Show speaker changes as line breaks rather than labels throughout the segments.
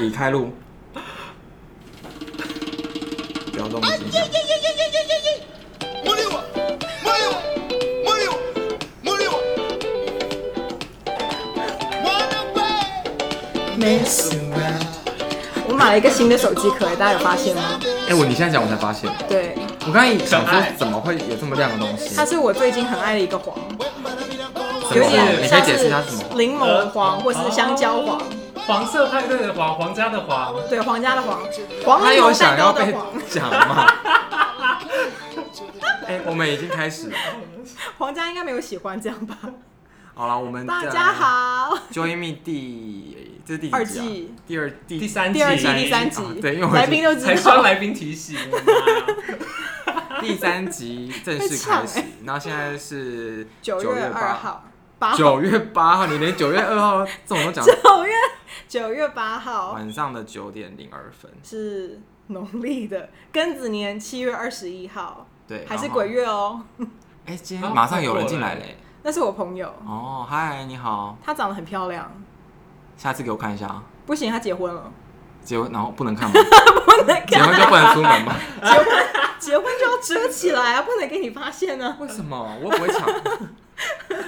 你开路，不要动机。
魔力我，魔力我，魔力我，魔力我，
没事。我买了一个新的手机壳，大家有发现吗？
哎，我你现在讲我才发现，
对，
我刚才想说怎么会有这么亮的东西？
它是我最近很爱的一个黄，
什
有
么黄？
点
你可以
像
解
是
释它是什么？
柠檬黄或是香蕉黄，
黄色派对的黄，皇家的黄，
对，皇家的黄，黄
他
柠
有
檬蛋
想
糕
要
的
被
黄，
讲吗？哎，我们已经开始了。
皇家应该没有喜欢这样 吧？
好了，我们
大家好，
，Join Me 第这是第几集啊
二季
第二第
第三
第二季、
季
第三集
啊， 对因为我已经
来宾都知
才
道
双，来宾提醒， 我的妈呀
第三集正式开始，然后现在是
九
月
月二
八，
号，八号，
九月八号，你连九月二号这种都讲，
九月九月八号
晚上的九点零二分，
是农历的庚子年七月二十一号，
对，
还是
然后
鬼。月哦，
哎，今天马上有人进来嘞。
那是我朋友，
哦，嗨，你好，
她长得很漂亮，
下次给我看一下啊。
不行，她结婚了，
结婚然后 不能看吗？
不能
结婚就不能出门吗？
结婚结婚就要遮起来啊，不能给你发现 呢、
为什么？我不会抢。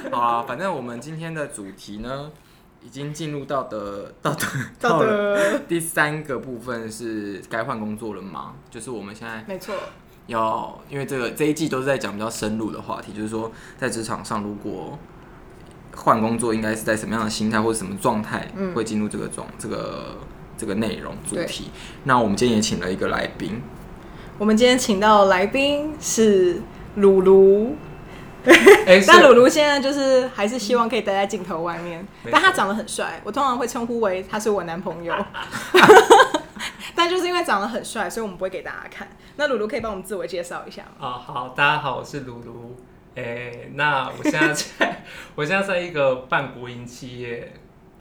好啊，反正我们今天的主题呢，已经进入到的到的
到
了
的，
第三个部分是该换工作了吗？就是我们现在
没错，
要，因为这个这一季都是在讲比较深入的话题，就是说在职场上如果换工作，应该是在什么样的心态或者什么状态
嗯
会进入这个状这个这个内容主
对
题。那我们今天也请了一个来宾，
我们今天请到的来宾是鲁鲁，
哎，是
但鲁鲁现在就是还是希望可以待在镜头外面，
没错
但他长得很帅，我通常会称呼为他是我男 朋友。但就是因为长得很帅，所以我们不会给大家看。那鲁鲁可以帮我们自我介绍一下吗？
啊，好，大家好，我是卢卢。哎、那我现在在， 我现在在一个半国营企业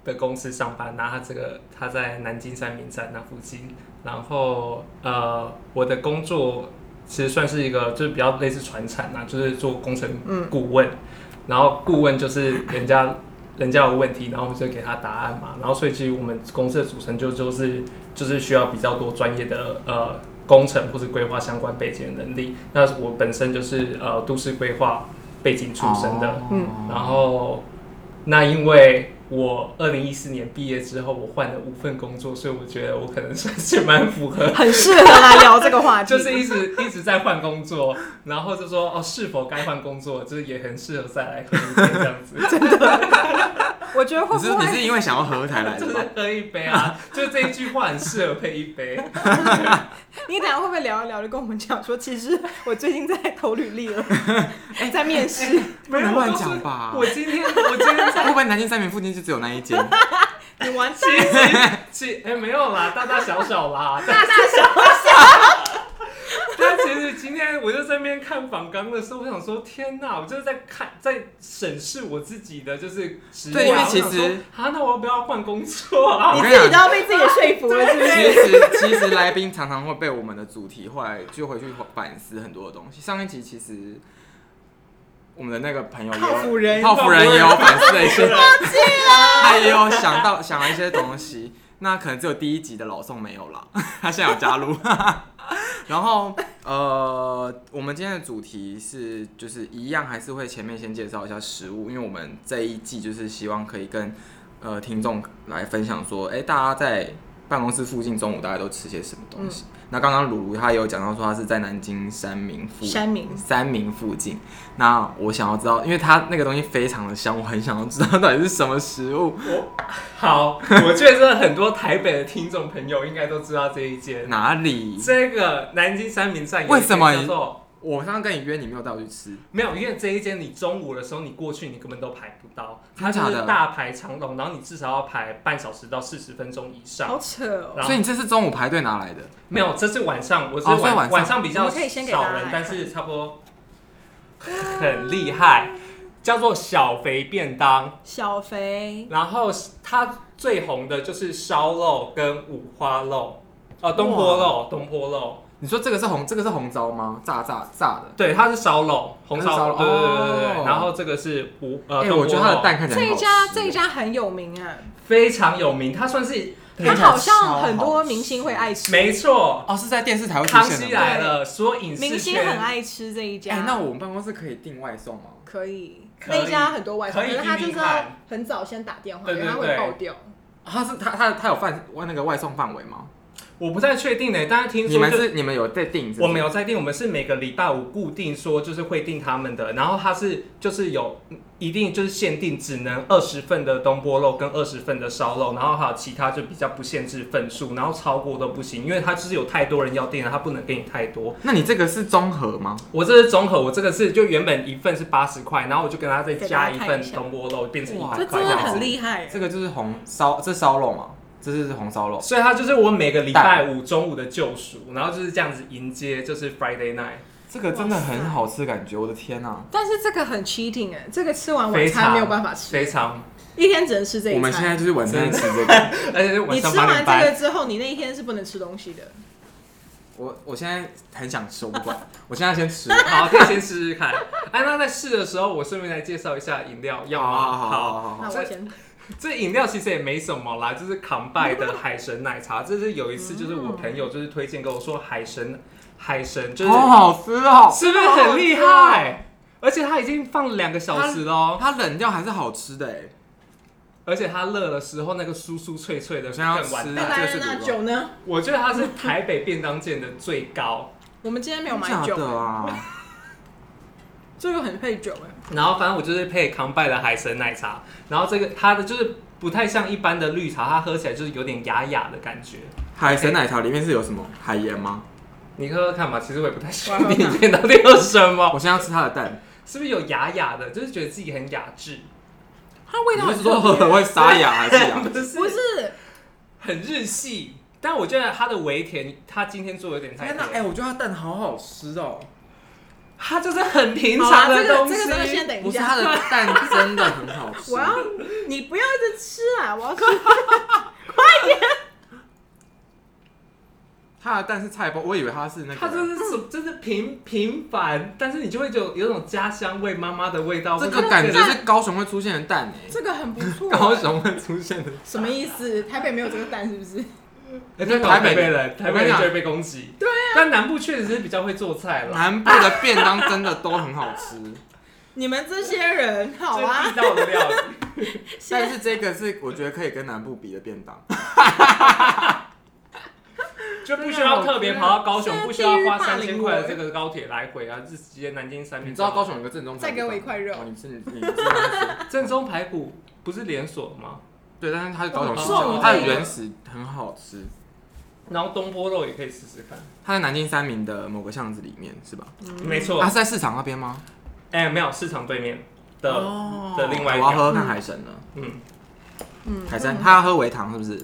的公司上班，那它这个它在南京三明站那附近。然后呃，我的工作其实算是一个，就是比较类似传产啊，就是做工程顾问。
嗯
然后顾问就是人家人家有问题，然后我们就给他答案嘛。然后所以其实我们公司的组成就就是就是需要比较多专业的呃工程或是规划相关背景的能力。那我本身就是呃都市规划背景出身的，
嗯
然后那因为。我二零一四年毕业之后，我换了五份工作，所以我觉得我可能算是蛮符合
很适合来聊这 个话题，
就是一直一直在换工作，然后就说哦，是否该换工作，就是也很适合再来喝一杯这样 子，
我觉得会
你是
哦不
你
会
是因为想要合台来的
就是
吗？
喝一杯啊，就这一句话很适合配一杯。
你等一下会不会聊一聊，就跟我们讲说，其实我最近在投履历了，在面试，
不能乱讲吧
没有我告诉你我今天我今天
会不会南京三明附近就只有那一间？
你完蛋
其实其哎没有啦，大大小小啦，但
大大小
但其实今天我就在那边看访纲的时候，我想说天哪，我就是在看在审视我自己的就是职
对
业
因为
啊我
其
想说
实
啊，那我要不要换工作啊？
你
我
自
跟
己
你讲
都要被自己的说服了，是不
其
是？
实其实来宾常常会被我们的主题后来就回去反思很多的东西。上一集其实我们的那个朋友也
泡
有
芙人
泡芙人也有反思了一些，他也有想到想了一些东西。那可能只有第一集的老宋没有了， 他现在有加入。然后呃，我们今天的主题是就是一样，还是会前面先介绍一下食物，因为我们这一季就是希望可以跟呃听众来分享说，哎、大家在办公室附近中午大家都吃些什么东西？那刚刚鲁鲁他有讲到说他是在南京三明附
山民
三明附近，那我想要知道，因为它那个东西非常的香，我很想要知道到底是什么食物。
好，我觉得真的很多台北的听众朋友应该都知道这一间。
哪里？
这个南京三明站有一间
为什么
叫做
我刚刚跟你约，你没有带我去吃，
没有？因为这一间你中午的时候你过去，你根本都排不到，
真的
它就
假的
是大排长龙，然后你至少要排半小时到四十分钟以
好
上。
扯哦，
然后
所以你这是中午排队拿来的？
没有，这是晚上，我是
哦所以晚
晚、
上
晚上比较
我们可以先给大
少
家
人
来，
但是差不多很厉害，叫做小肥便当。
小肥
然后它最红的就是烧肉跟五花肉，呃，东坡肉，东坡肉，
你说这个是红，这个是红糟吗？炸炸炸的。
对，它是烧肉，红
它是烧
烧
肉
肉，对对对对
哦
对。然后这个是五呃，
哎、
东坡
我觉得它的
肉
蛋看起来很
这一
好吃
家这一家很有名啊，
非常有名，它算是
他好像很多明星会爱吃，
没错，
哦，是在电视台会出
康
现
熙
的吗。
来了，说影视
明星
圈
很爱吃这一
哎、
家。
那我们办公室可以订外送吗？
可以，
可以
那一家很多外送，
可以
是他就
听
是
听
要
看
很早先打电话，
对
因
对
为他会
对
爆掉。
他啊是他他他有范那个外送范围吗？
我不太确定呢、但是听
你
说
们
就是
你们有在订是不是？
我们有在定，我们是每个礼拜五固定说就是会定他们的，然后它是就是有一定就是限定只能二十份的东坡肉跟二十份的烧肉，然后还有其他就比较不限制份数，然后超过都不行，因为它就是有太多人要订了，它不能给你太多。
那你这个是综合吗？
我这是综合，我这个是就原本一份是八十块，然后我就跟他再
给
加
大家
一
看
份
一下
东坡肉，变成一
哇
百
这
块
真
这
的
样子
很。厉害
这，个就是红烧，这烧肉嘛，这是红烧肉。
所以它就是我每个礼拜五中午的救赎，然后就是这样子迎接，就是 Friday night。
这个真的很好吃，感觉我的天啊！
但是这个很 cheating 哎，这个吃完晚
非
餐
常
没有办法吃
非，常，
一天只能吃这
我
一
们现在
餐。
就是晚餐吃这个，
而且是晚
你
上
吃
八点
完
半
这个。之后，你那一天是不能吃东西的。
我我现在很想吃，我不管， 我现在先吃。
好，可以先试试看。 哎、那在试的时候，我顺便来介绍一下饮料，要吗？
好好好好
那
好，
我先，
这饮料其实也没什么啦，就是康拜的海神奶茶。这是有一次，就是我朋友就是推荐跟我说海神，海神就是、
好好吃哦！
是不是很厉害？而且它已经放了两个小时了哦，
它冷掉还是好吃的哎。
而且它热的时候那个酥酥脆脆的，
现在要
更完
吃啊
蛋
那
这
来
个
了
是
那
卤肉
酒呢？
我觉得它是台北便当界的最高。
我们今天没有买
假
酒，
的啊！
这个很配酒哎。
然后反正我就是配康拜的海神奶茶，然后这个它的就是不太像一般的绿茶，它喝起来就是有点哑哑的感觉。
海神奶茶里面是有什么海盐吗？
你喝喝看嘛，其实我也不太确
我要喝
定
看
里面到底有什么，
我现在要吃它的蛋，
是不是有哑哑的，就是觉得自己很雅致，
它味道
你
很
是说
特
喝
别
了会沙哑还是啊哑？
不是
不是，
很日系。但我觉得它的微甜，它今天做有点太
天哪！
多，
哎，我觉得它蛋好好吃哦。
它就是很平
好啦
常的
这个
东西。
这个真的先等一
不是
下
它的蛋真的很好吃。
我要你不要一直吃啊！我 要吃，
它的蛋是菜包，我以为它是那个。
它真的是什么，真是平平凡，但是你就会有有种家乡味、妈妈的味道，
这
或者
个感觉是高雄会出现的蛋哎。
这个很不错。
高雄会出现的。
什么意思？台北没有这个蛋是不是？
欸、对
哎台
台
北
北人，台
我跟
北
你
人
讲
就会被攻击。对啊，但南部确实是比较会做菜啦，
南部的便当真的都很好吃，
你们这些人好
就是
啊
地！道的料理。
但是这个是我觉得可以跟南部比的便当。
就不需要特
啊
别跑到高雄
真，的
不需要花
现在
三
地
千
狱霸凌
块的
我
这个高铁来回啊，就直接南京三明。
你知道高雄有个正宗排骨
再给我一块肉
哦，你吃你你你吃你吃
正宗排骨不是连锁吗？
对，但是它是高雄市
哦
场，它的原始很好吃。
然后东坡肉也可以试试看。
它在南京三明的某个巷子里面是吧？
嗯
没错
啊，，是在市场那边吗？
哎，没有市场对面的
哦
的另外一
我要
条，
喝喝看海参了。
嗯，
嗯
海参，他要喝微糖是不是？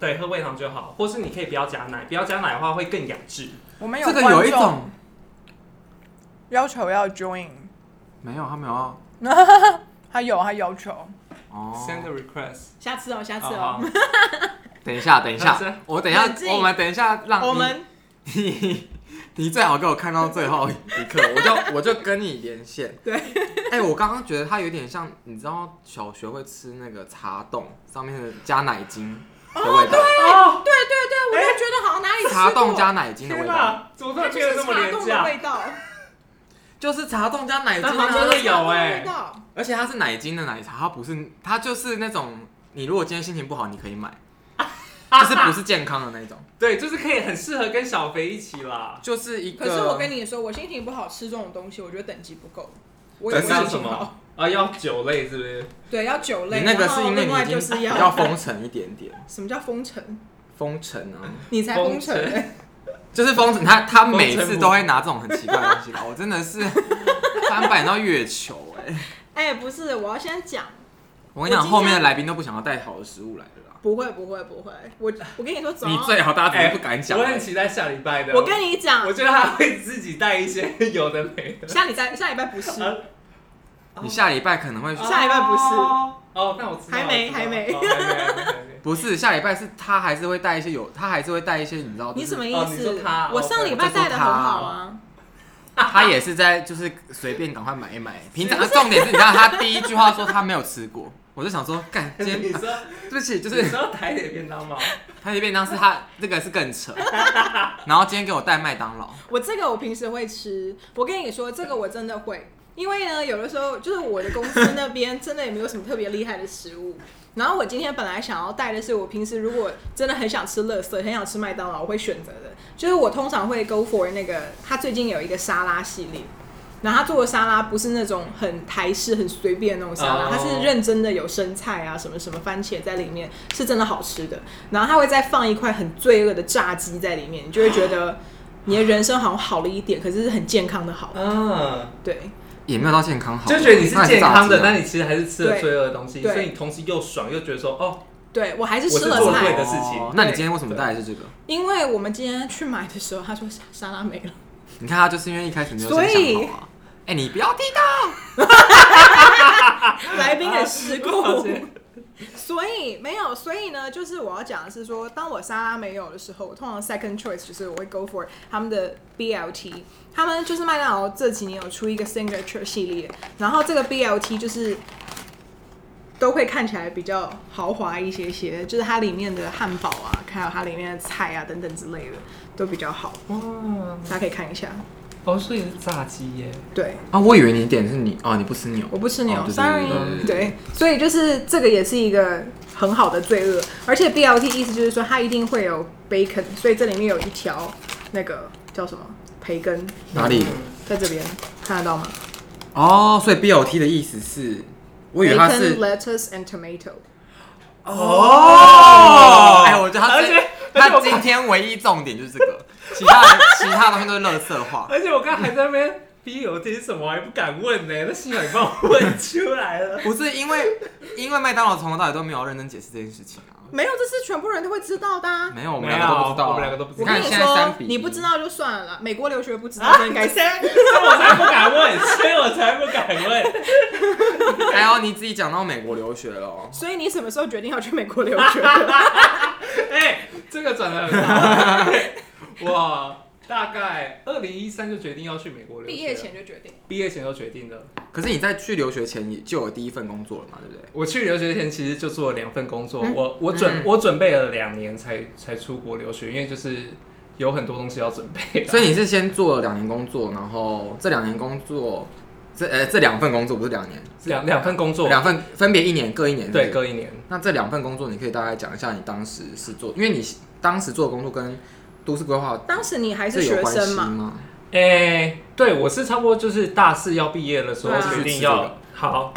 对，喝味糖就好，或是你可以不要加奶，不要加奶的话会更雅致。
我们
这个有一种
要求要 join，
没有，他没有要
他有他要求，
Send
哦。
the request，
下次哦，下次
好
哦，
好
等一下，等一
海
下
参，
我等一下
冷，静
我们等一下让你
我们
你 你最好给我看到最后一刻， 我就我就跟你连线。
对，
哎、我刚刚觉得它有点像，你知道小学会吃那个茶冻上面的加奶精的味道，
哦，
对对对，我就觉得好像哪里吃过
哎茶冻加奶精的
天
味道，
哪，怎么突
它
然
就
变得
是
这么
茶
廉
冻的
价？
味道，
就是茶冻加奶精
那它真
啊，
的有哎
茶冻的味道
而且它是奶精的奶茶，它不是，它就是那种你如果今天心情不好，你可以买，就是不是健康的那 种，
对，就是可以很适合跟小肥一起啦。
就是一个。
可是我跟你说，我心情不好吃这种东西，我觉得等级不够。我也
等
不
级
是要
心
什
情好
么？？啊，要酒类是不是？
对，要酒类，
你那个
然后
是因为
另外
你已
就是
经
要
要封城一点点，
什么叫封城？
封城啊。
你才封城
封
欸，
就是封神，他他每次都会拿这种很奇怪的东西 来，我真的是翻版到月球哎、
哎，不是，我要先讲。
我跟你
我
讲，
今天
后面的来宾都不想要带好的食物来了啦。
不会不会不会，我我跟你说，总
你
要
最好大家啊只是不敢讲、
哎
欸
我很期待下礼拜的。
我跟你讲
我，觉得他会自己带一些有的没的。
下礼拜下礼拜不是，
啊
你下礼拜可能会、
哦 下礼拜不是
哦，那我知道
还没
我知道
还没
哦还没还没还没
不是下礼拜是他还是会带一些有，他还是会带一些你知道、就是
你什么意
哦你
思
说他？
我上礼拜带的很好啊，
他也是在就是随便赶快买一买。平常重点是你知道他第一句话说他没有吃过，我就想说，干，今天
你说，
对不起，就
你
是
说台铁便当吗？
他的便当是他这个是更扯，然后今天给我带麦当劳，
我这个我平时会吃，我跟你说，这个我真的会，因为呢，有的时候就是我的公司那边真的也没有什么特别厉害的食物。然后我今天本来想要带的是，我平时如果真的很想吃乐色，很想吃麦当劳，我会选择的，就是我通常会 go for 那个，它最近有一个沙拉系列。然后他做的沙拉不是那种很台式、很随便的那种沙拉，
哦
它是认真的有生菜啊、什么什么番茄在里面，是真的好吃的。然后他会再放一块很罪恶的炸鸡在里面，你就会觉得你的人生好像好了一点，可是是很健康的好。
嗯，
对
也没有到健康好，
就觉得你是健康的，
那
但
也是炸鸡啊
你其实还是吃了罪恶的东西，
对
所以你同时又爽又觉得说，哦，
对，我还是
我
吃
是
了
做
菜
对的，事情
哦那你今天为什么带的是这个？
因为我们今天去买的时候，他说沙沙拉没了，
你看他就是因为一开始没有
所以
先想好啊。哎、你不要听到，
来宾很失
抱
控。
歉
所以没有，所以呢，就是我要讲的是说，当我沙拉没有的时候，我通常 second choice 就是我会 go for 他们的 BLT，他们就是麦当劳这几年有出一个 signature 系列，然后这个 BLT 就是都会看起来比较豪华一些些，就是它里面的汉堡啊，还有它里面的菜啊等等之类的都比较好，
哇，
大家可以看一下。
哦，所以是炸鸡耶，
对，
啊！我以为你点的是牛哦，你不吃牛，
我不吃牛、
哦对
s o r r
对对
y
对对
对，所以就是这个也是一个很好的罪恶，而且 BLT 意思就是说它一定会有 bacon，所以这里面有一条那个叫什么培根，
哪里？
在这边看得到吗
哦，所以 BLT 的意思是，我以为它
？Bacon,
是
lettuce and tomato。
哦，哎、我觉得他
而
今
且而且
他
我
今天唯一重点就是这个，其他的其他东西都是垃圾话。
而且我刚才还在那边 B O T 什么，我还不敢问呢、那幸好你帮我问出来 了。
不是因为因为麦当劳从头到尾都没有认真解释这件事情啊，
没有，这是全部人都会知道的、啊。
没有，我们两个都不知道啊，
我们两个都不知
我
你
道
看
跟你
现在
说
三比，一，嗯
你不知道就算了，美国留学不知道
啊
这应该 是。
我才不敢问，所以我才不敢问。
哎呦，你自己讲到美国留学了哦，
所以你什么时候决定要去美国留学的？
哎、这个转的很好。 我大概二零一三就决定要去美国留 学，
毕业，前就决定。
毕业前就决定了。
可是你在去留学前也就有第一份工作了嘛，对不对？
我去留学前其实就做了两份工作，
嗯
我我准、
嗯
我准备了两年才才出国留学，因为就是有很多东西要准备啊。
所以你是先做了两年工作，然后这两年工作，这呃这两份工作不是两年，
两两份工作，
两份分别一年各一年，
对
是不是
各一年。
那这两份工作，你可以大概讲一下你当时是做，因为你当时做的工作跟都市规划
当时你还
这
是
有
学
关
生
系
嘛？
吗？
哎、对我是差不多就是大四要毕业的时候
对啊
决定
去吃这
要
个
好，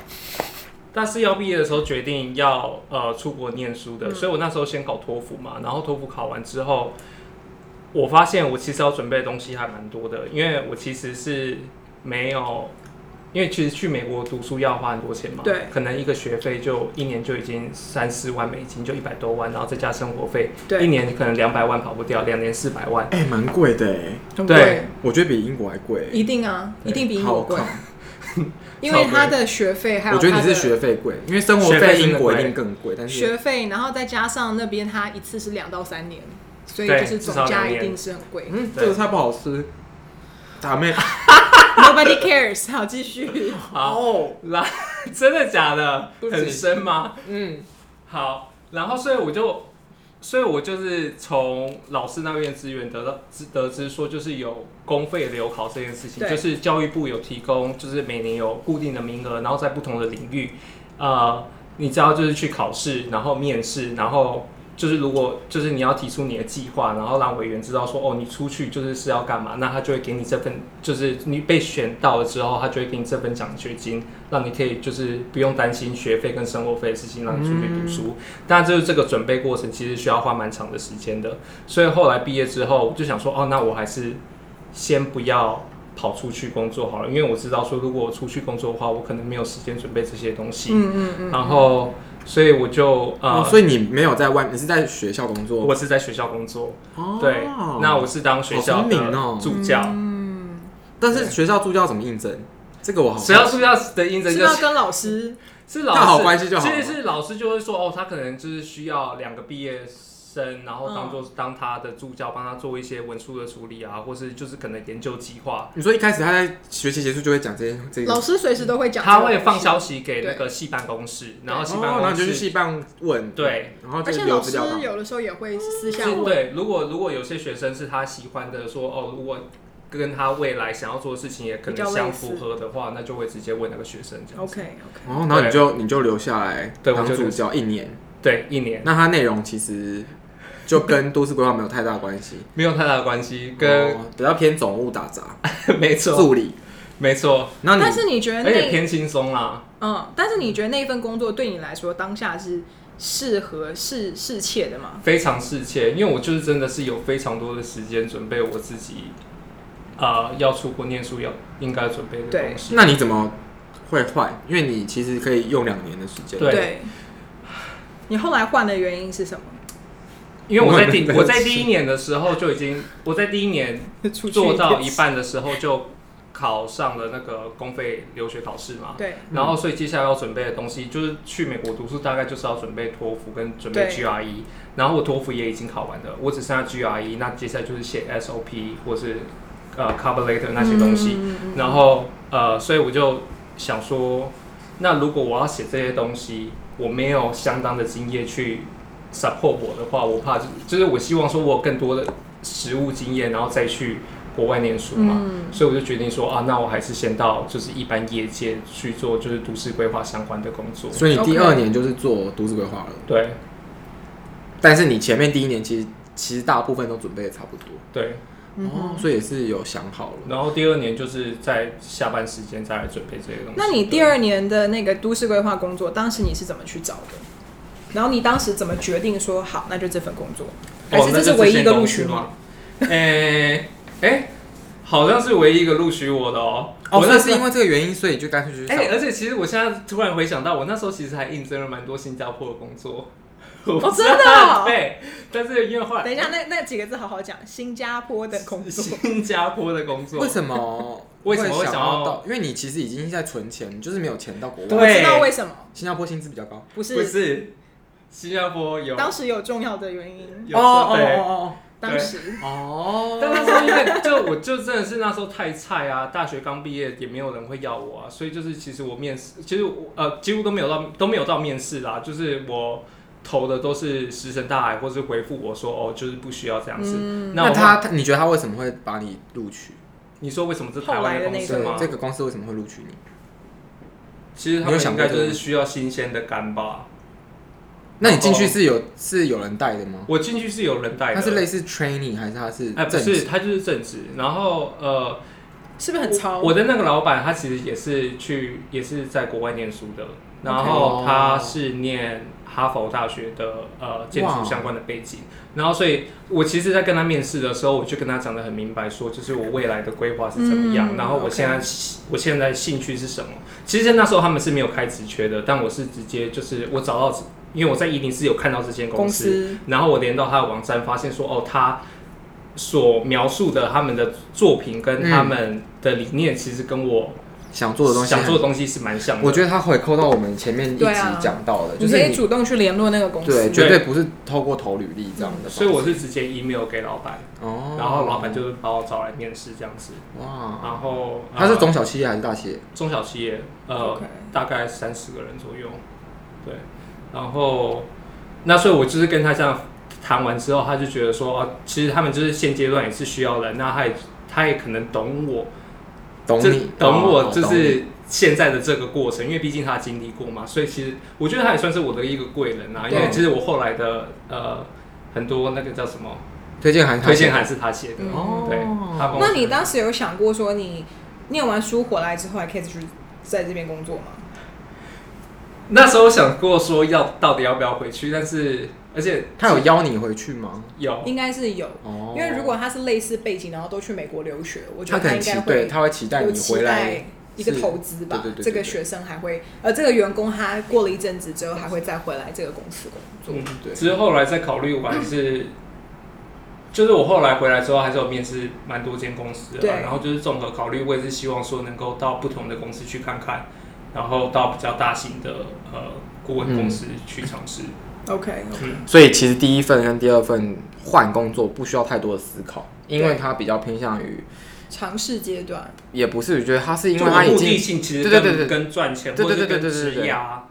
大四要毕业的时候决定要呃出国念书的，
嗯
所以我那时候先搞托福嘛，然后托福考完之后，我发现我其实要准备的东西还蛮多的，因为我其实是没有。因为其实去美国读书要花很多钱嘛，
对
可能一个学费就一年就已经三四万美金，就一百多万，然后再加生活费，
对
一年可能两百万跑不掉，两年四百万，
哎、蛮贵的哎，
很
对
贵
我觉得比英国还贵
一定啊，
对
一定比英
好
国贵，
看
因为他的学费还有
我觉得你
它的
是学费贵，因为生活
学费
费
真的
英国一
贵
定更贵，但是
学费，然后再加上那边他一次是两到三年，所以
对
就是
至
总
少两
价一
年
定是很贵。
嗯，
对
这个菜不好吃，打妹
啊
Nobody cares，好 继续。
好，
哦，
啦，真的假的？
对不起
很深吗？
嗯，
好，然后所以我就，所以我就是从老师那边的资源得到知得知说，就是有公费留考这件事情，
对
就是教育部有提供，就是每年有固定的名额，然后在不同的领域，呃，你只要就是去考试，然后面试，然后。就是如果就是你要提出你的计划，然后让委员知道说哦，你出去就是是要干嘛，那他就会给你这份，就是你被选到了之后，他就会给你这份奖学金，让你可以就是不用担心学费跟生活费的事情，让你出去读书。但就是这个准备过程其实需要花蛮长的时间的，所以后来毕业之后我就想说，哦，那我还是先不要跑出去工作好了，因为我知道说如果我出去工作的话，我可能没有时间准备这些东西。
嗯嗯嗯，
然后，所以我就呃，
哦，所以你没有在外，你是在学校工作，
我是在学校工作，
哦
对，那我是当学校
好聪明哦
的助教，
嗯，
但是学校助教怎么应征？这个我好好
学校助教的应征
是
就
要
是
跟老师
是老师
要好关系就好
其实是老师就会说哦，他可能就是需要两个毕业生，然后当做
嗯
当他的助教，帮他做一些文书的处理啊，或是就是可能研究计划，
你说一开始他在学期结束就会讲这些这个
老，师随时都会讲这个
他
东西，
会放消息给那个系办公室，然后系办
哦然后
公
你就去
室
戏办问，
对
然后就
而且
留
老
资
师
料档。
有的时候也会私下
是
问，
对，如果如果有些学生是他喜欢的说，哦，如果跟他未来想要做的事情也可
比较
能
类
相
似
符合的话，那就会直接问那个学生这样子。
，OK OK，
哦，然后你就你就留下来
对我
当
就
助
留
教一年，
对，一年
那它内容其实就跟都市规划没有太大关系，
没有太大的关系，跟、啊哦
哦比较偏总务打杂
没错
助理。
没错，
那你
但是你觉得
而且
那
偏轻松啦。
嗯，但是你觉得那一份工作对你来说当下是适合适适切的吗？
非常适切，因为我就是真的是有非常多的时间准备我自己，呃，要出国念书要应该准备的东西。
那你怎么会换？因为你其实可以用两年的时间。
对
你后来换的原因是什么？
因为我在第
我也没有
我在第一年的时候就已经，我在第一年
出去
做到
点
一半的时候就考上了那个公费留学考试嘛。
对
然后，所以接下来要准备的东西就是去美国读书，大概就是要准备托福跟准备
对
GRE。然后我托福也已经考完了，我只剩下 GRE，那接下来就是写 SOP 或是呃 cover letter 那些东西。
嗯嗯嗯
然后呃，所以我就想说，那如果我要写这些东西，我没有相当的经验去 support 我的话，我怕就就是我希望说我有更多的实务经验，然后再去国外念书嘛。
嗯
所以我就决定说啊，那我还是先到就是一般业界去做就是都市规划相关的工作。
所以你第
OK
二年就是做都市规划了，
对
但是你前面第一年其实其实大部分都准备的差不多，
对，
嗯哼
哦，所以也是有想好了。
然后第二年就是在下班时间再来准备这些东西。
那你第
对
二年的那个都市规划工作，当时你是怎么去找的？然后你当时怎么决定说好，那就这份工作？还
哦，
是
那
这
就是
唯一
先
一个
公
录
司
取你
吗？诶诶、好像是唯一一个录取我的哦。
哦，
我
那
那
是
时候
因为这个原因，所以就干脆就去
哎、
上班。
而且其实我现在突然回想到，我那时候其实还应征了蛮多新加坡的工作。
哦真的哦
对，但是因为后来
等一下，那那几个字好好讲，新加坡的工作。
新加坡的工作？
为，什么
为什么会
想
想要
到？因为你其实已经在存钱，你就是没有钱到国外。
不
对啊
知道为什么，
新加坡薪资比较高。
不是
不是新加坡有
当时有重要的原因，
有设备。
哦
当时
哦哦
但那时候因为就我就真的是那时候太菜啊，大学刚毕业也没有人会要我啊，所以就是其实我面试，其实我呃几乎都没有到都没有到面试啦，就是我投的都是石沉大海，或是回复我说哦就是不需要这样子。
嗯
那
那
我
他，他你觉得他为什么会把你录取？
你说为什么是台湾公司
后来的那
吗
对，？这个公司为什么会录取你？
其实他
你有
们
想
应
过
该
这
就
个
是需要新鲜的肝吧。
那你进去是有是有人带的吗？
我进去是有人带
他
的，
是类似 training 还是他是
哎、不
正
是，
职？
他就是正职。然后呃，
是不是很糙？
我的那个老板他其实也是去，也是在国外念书的，然后他是念哈佛大学的呃建筑相关的背景，然后所以我其实，在跟他面试的时候，我就跟他讲的很明白，说就是我未来的规划是怎么样，
嗯
然后我
OK
现在我现在兴趣是什么。其实那时候他们是没有开职缺的，但我是直接就是我找到，因为我在一零四有看到这间
公
公司，
司
然后我连到他的网站，发现说哦，他所描述的他们的作品跟他们的理念，其实跟我
想做的东西
想
很。
做的东西是蛮像的。
我觉得他回扣到我们前面一集
对啊
讲到的，就
你
是
可以
你
主动去联络那个公司。
对绝对不是透过投履历这样的方式。
嗯所以我是直接 email 给老板，
哦，
然后老板就是把我找来面试这样子。
哇，
然后呃
他是中小企业还是大企业？
中小企业，呃
OK
大概三十个人左右，对。然后那所以我就是跟他这样谈完之后，他就觉得说，啊，其实他们就是现阶段也是需要人，那他也他也可能懂我
懂
这
你，
懂
哦
我就
懂你
是现在的这个过程，因为毕竟他经历过嘛，所以其实我觉得他也算是我的一个贵人啊。因
对
为其实我后来的呃很多那个叫什么
推荐函嗯哦他写的，
推荐函是他写的，
嗯
对，他帮我
那你当时有想过说，你念完书回来之后还可以继续在这边工作吗？
那时候想过说要到底要不要回去，但是而且
他有邀你回去吗？
有
应该是有，
哦，
因为如果他是类似背景，然后都去美国留学，我觉
他
得
可能
应
期
该
对，
会
他会期待
有
你
期
回
待
来。
一个投资吧
对对对对。对
这个学生还会，呃，这个员工他过了一阵子之后，还会再回来这个公司工作。
嗯
对
之后来再考虑完是，就是我后来回来之后还是有面试蛮多间公司的
对
啦，然后就是综合考虑，我也是希望说能够到不同的公司去看看，然后到比较大型的呃顾问公司去尝试。
OK，
嗯，
所以其实第一份跟第二份换工作不需要太多的思考，因为
对
它比较偏向于，
尝试阶段，
也不是觉得它是因
就
为它
我
已
目的
经
性其实
对对
跟
对对
跟赚钱
对
或
对
者
对
跟
对对对
职
对
业啊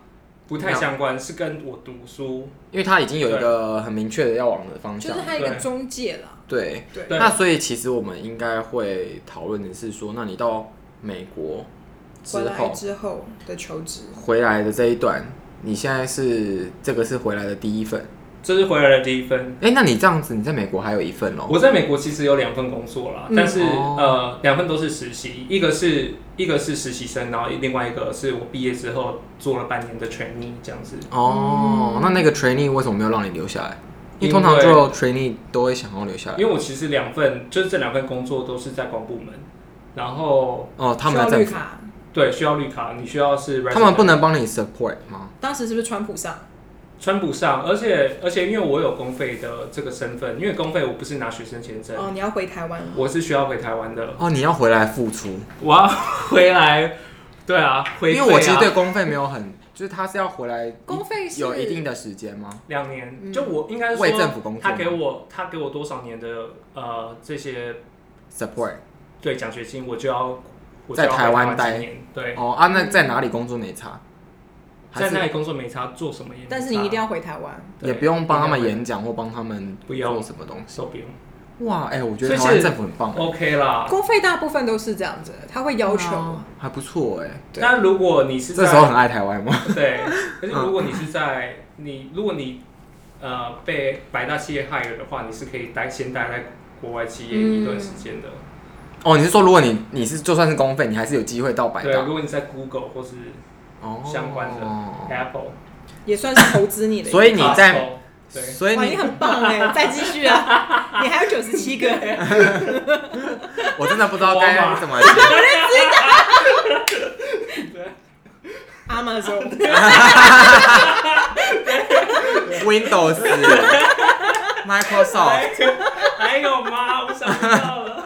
不太相关，是跟我读书。
因为它已经有一个很明确的要往的方
就
向
是，它一个
对
中介啦。
对。
对，
对
那所以其实我们应该会讨论的是说，那你到美国
回
之
来
后
之后的求职，
回来的这一段，你现在是这个是回来的第一份，
这是回来的第一份。
哎、那你这样子你在美国还有一份哦，
我在美国其实有两份工作啦，
嗯
但是、
哦
呃，两份都是实习，一个是一个是实习生，然后另外一个是我毕业之后做了半年的 trainee 这样子。
哦，那那个 trainee 为什么没有让你留下来？因为通常
嗯因为
最后 trainee 都会想要留下来。
因为我其实两份就是这两份工作都是在广部门，然后
哦，他们在
需要绿
政府，
卡，
对需要绿卡，你需要是 resident,
他们不能帮你 support 吗？
当时是不是川普上？
穿不上，而且而且因为我有公费的这个身份，因为公费我不是拿学生签证，
哦，你要回台湾了。
我是需要回台湾的，
哦，你要回来付出，
我要回来，对啊，回
因为我其实
馈
对
啊
公费没有很，就是他是要回来
公费是
有一定的时间吗？
两年，就我应该说
为政府工作吗
他给我他给我多少年的呃这些
？support
对奖学金，我就要我就
在
要回
台湾
几
待
年，对，
哦啊，那在哪里工作没差，还
在那
是
里工作没差，做什么也没差，
但是你一定要回台湾，
也不用帮他们
对一定要
演讲或帮他们
不用
做什么东西？
手不用
哇，哎，我觉得
所以
台湾
是
政府很棒，啊
，OK 啦。
啊公费大部分都是这样子，他会要求
哦还不错哎，
对
那如果你是
这
在
时候很爱嗯台湾吗？
对，可是如果你是在你如果你呃被百大企业害了的话，你是可以待先待在国外企业一段时间的。
哦，你是说如果你你是就算是公费，你还是有机会到百
对，
大
如果你在 Google 或是
哦
相关的 Apple，
也算是投资你的一个。
所以你在
Costco，对
所以
哇，
你
你很棒 哎！再继续啊，你还有九十七个，
我真的不知道
我
该
嘛
怎么接。
Amazon
Windows、Microsoft、
哎 还有吗？我想不到了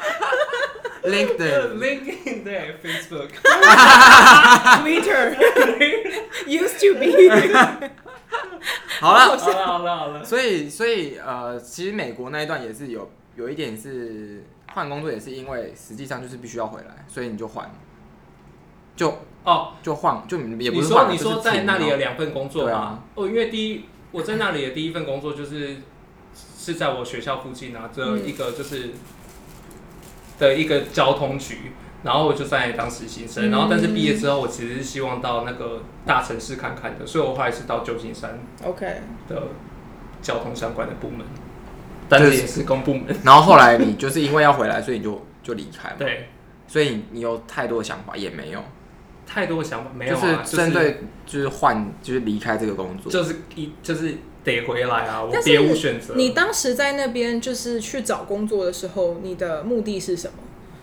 LinkedIn，
，LinkedIn 对 Facebook，
Twitter used to be
好了。
好了好了好了，
所以，所以，呃，其实美国那一段也是有有一点是换工作，也是因为实际上就是必须要回来，所以你就换，就
哦，
就换，就也不
你
是换
说
啊，
你
就
说
是
在
停
那里的
了
两份工作
对啊
吗？哦，因为第一我在那里的第一份工作就是是在我学校附近啊，这
嗯
一个就是的一个交通局，然后我就在那里当实习
嗯
生，然后但是毕业之后我其实是希望到那个大城市看看的，所以我后来是到旧金山
OK，
的交通相关的部门，但是也是公部门，
然后后来你就是因为要回来，所以你就就离开嘛。，
对，
所以你你有太多的想法也没有，
太多想法没有
就
啊，
是针对就是换就是离开这个工作。
就是一就是得回来啊，我
但是
别无选择。
你当时在那边就是去找工作的时候，你的目的是什么？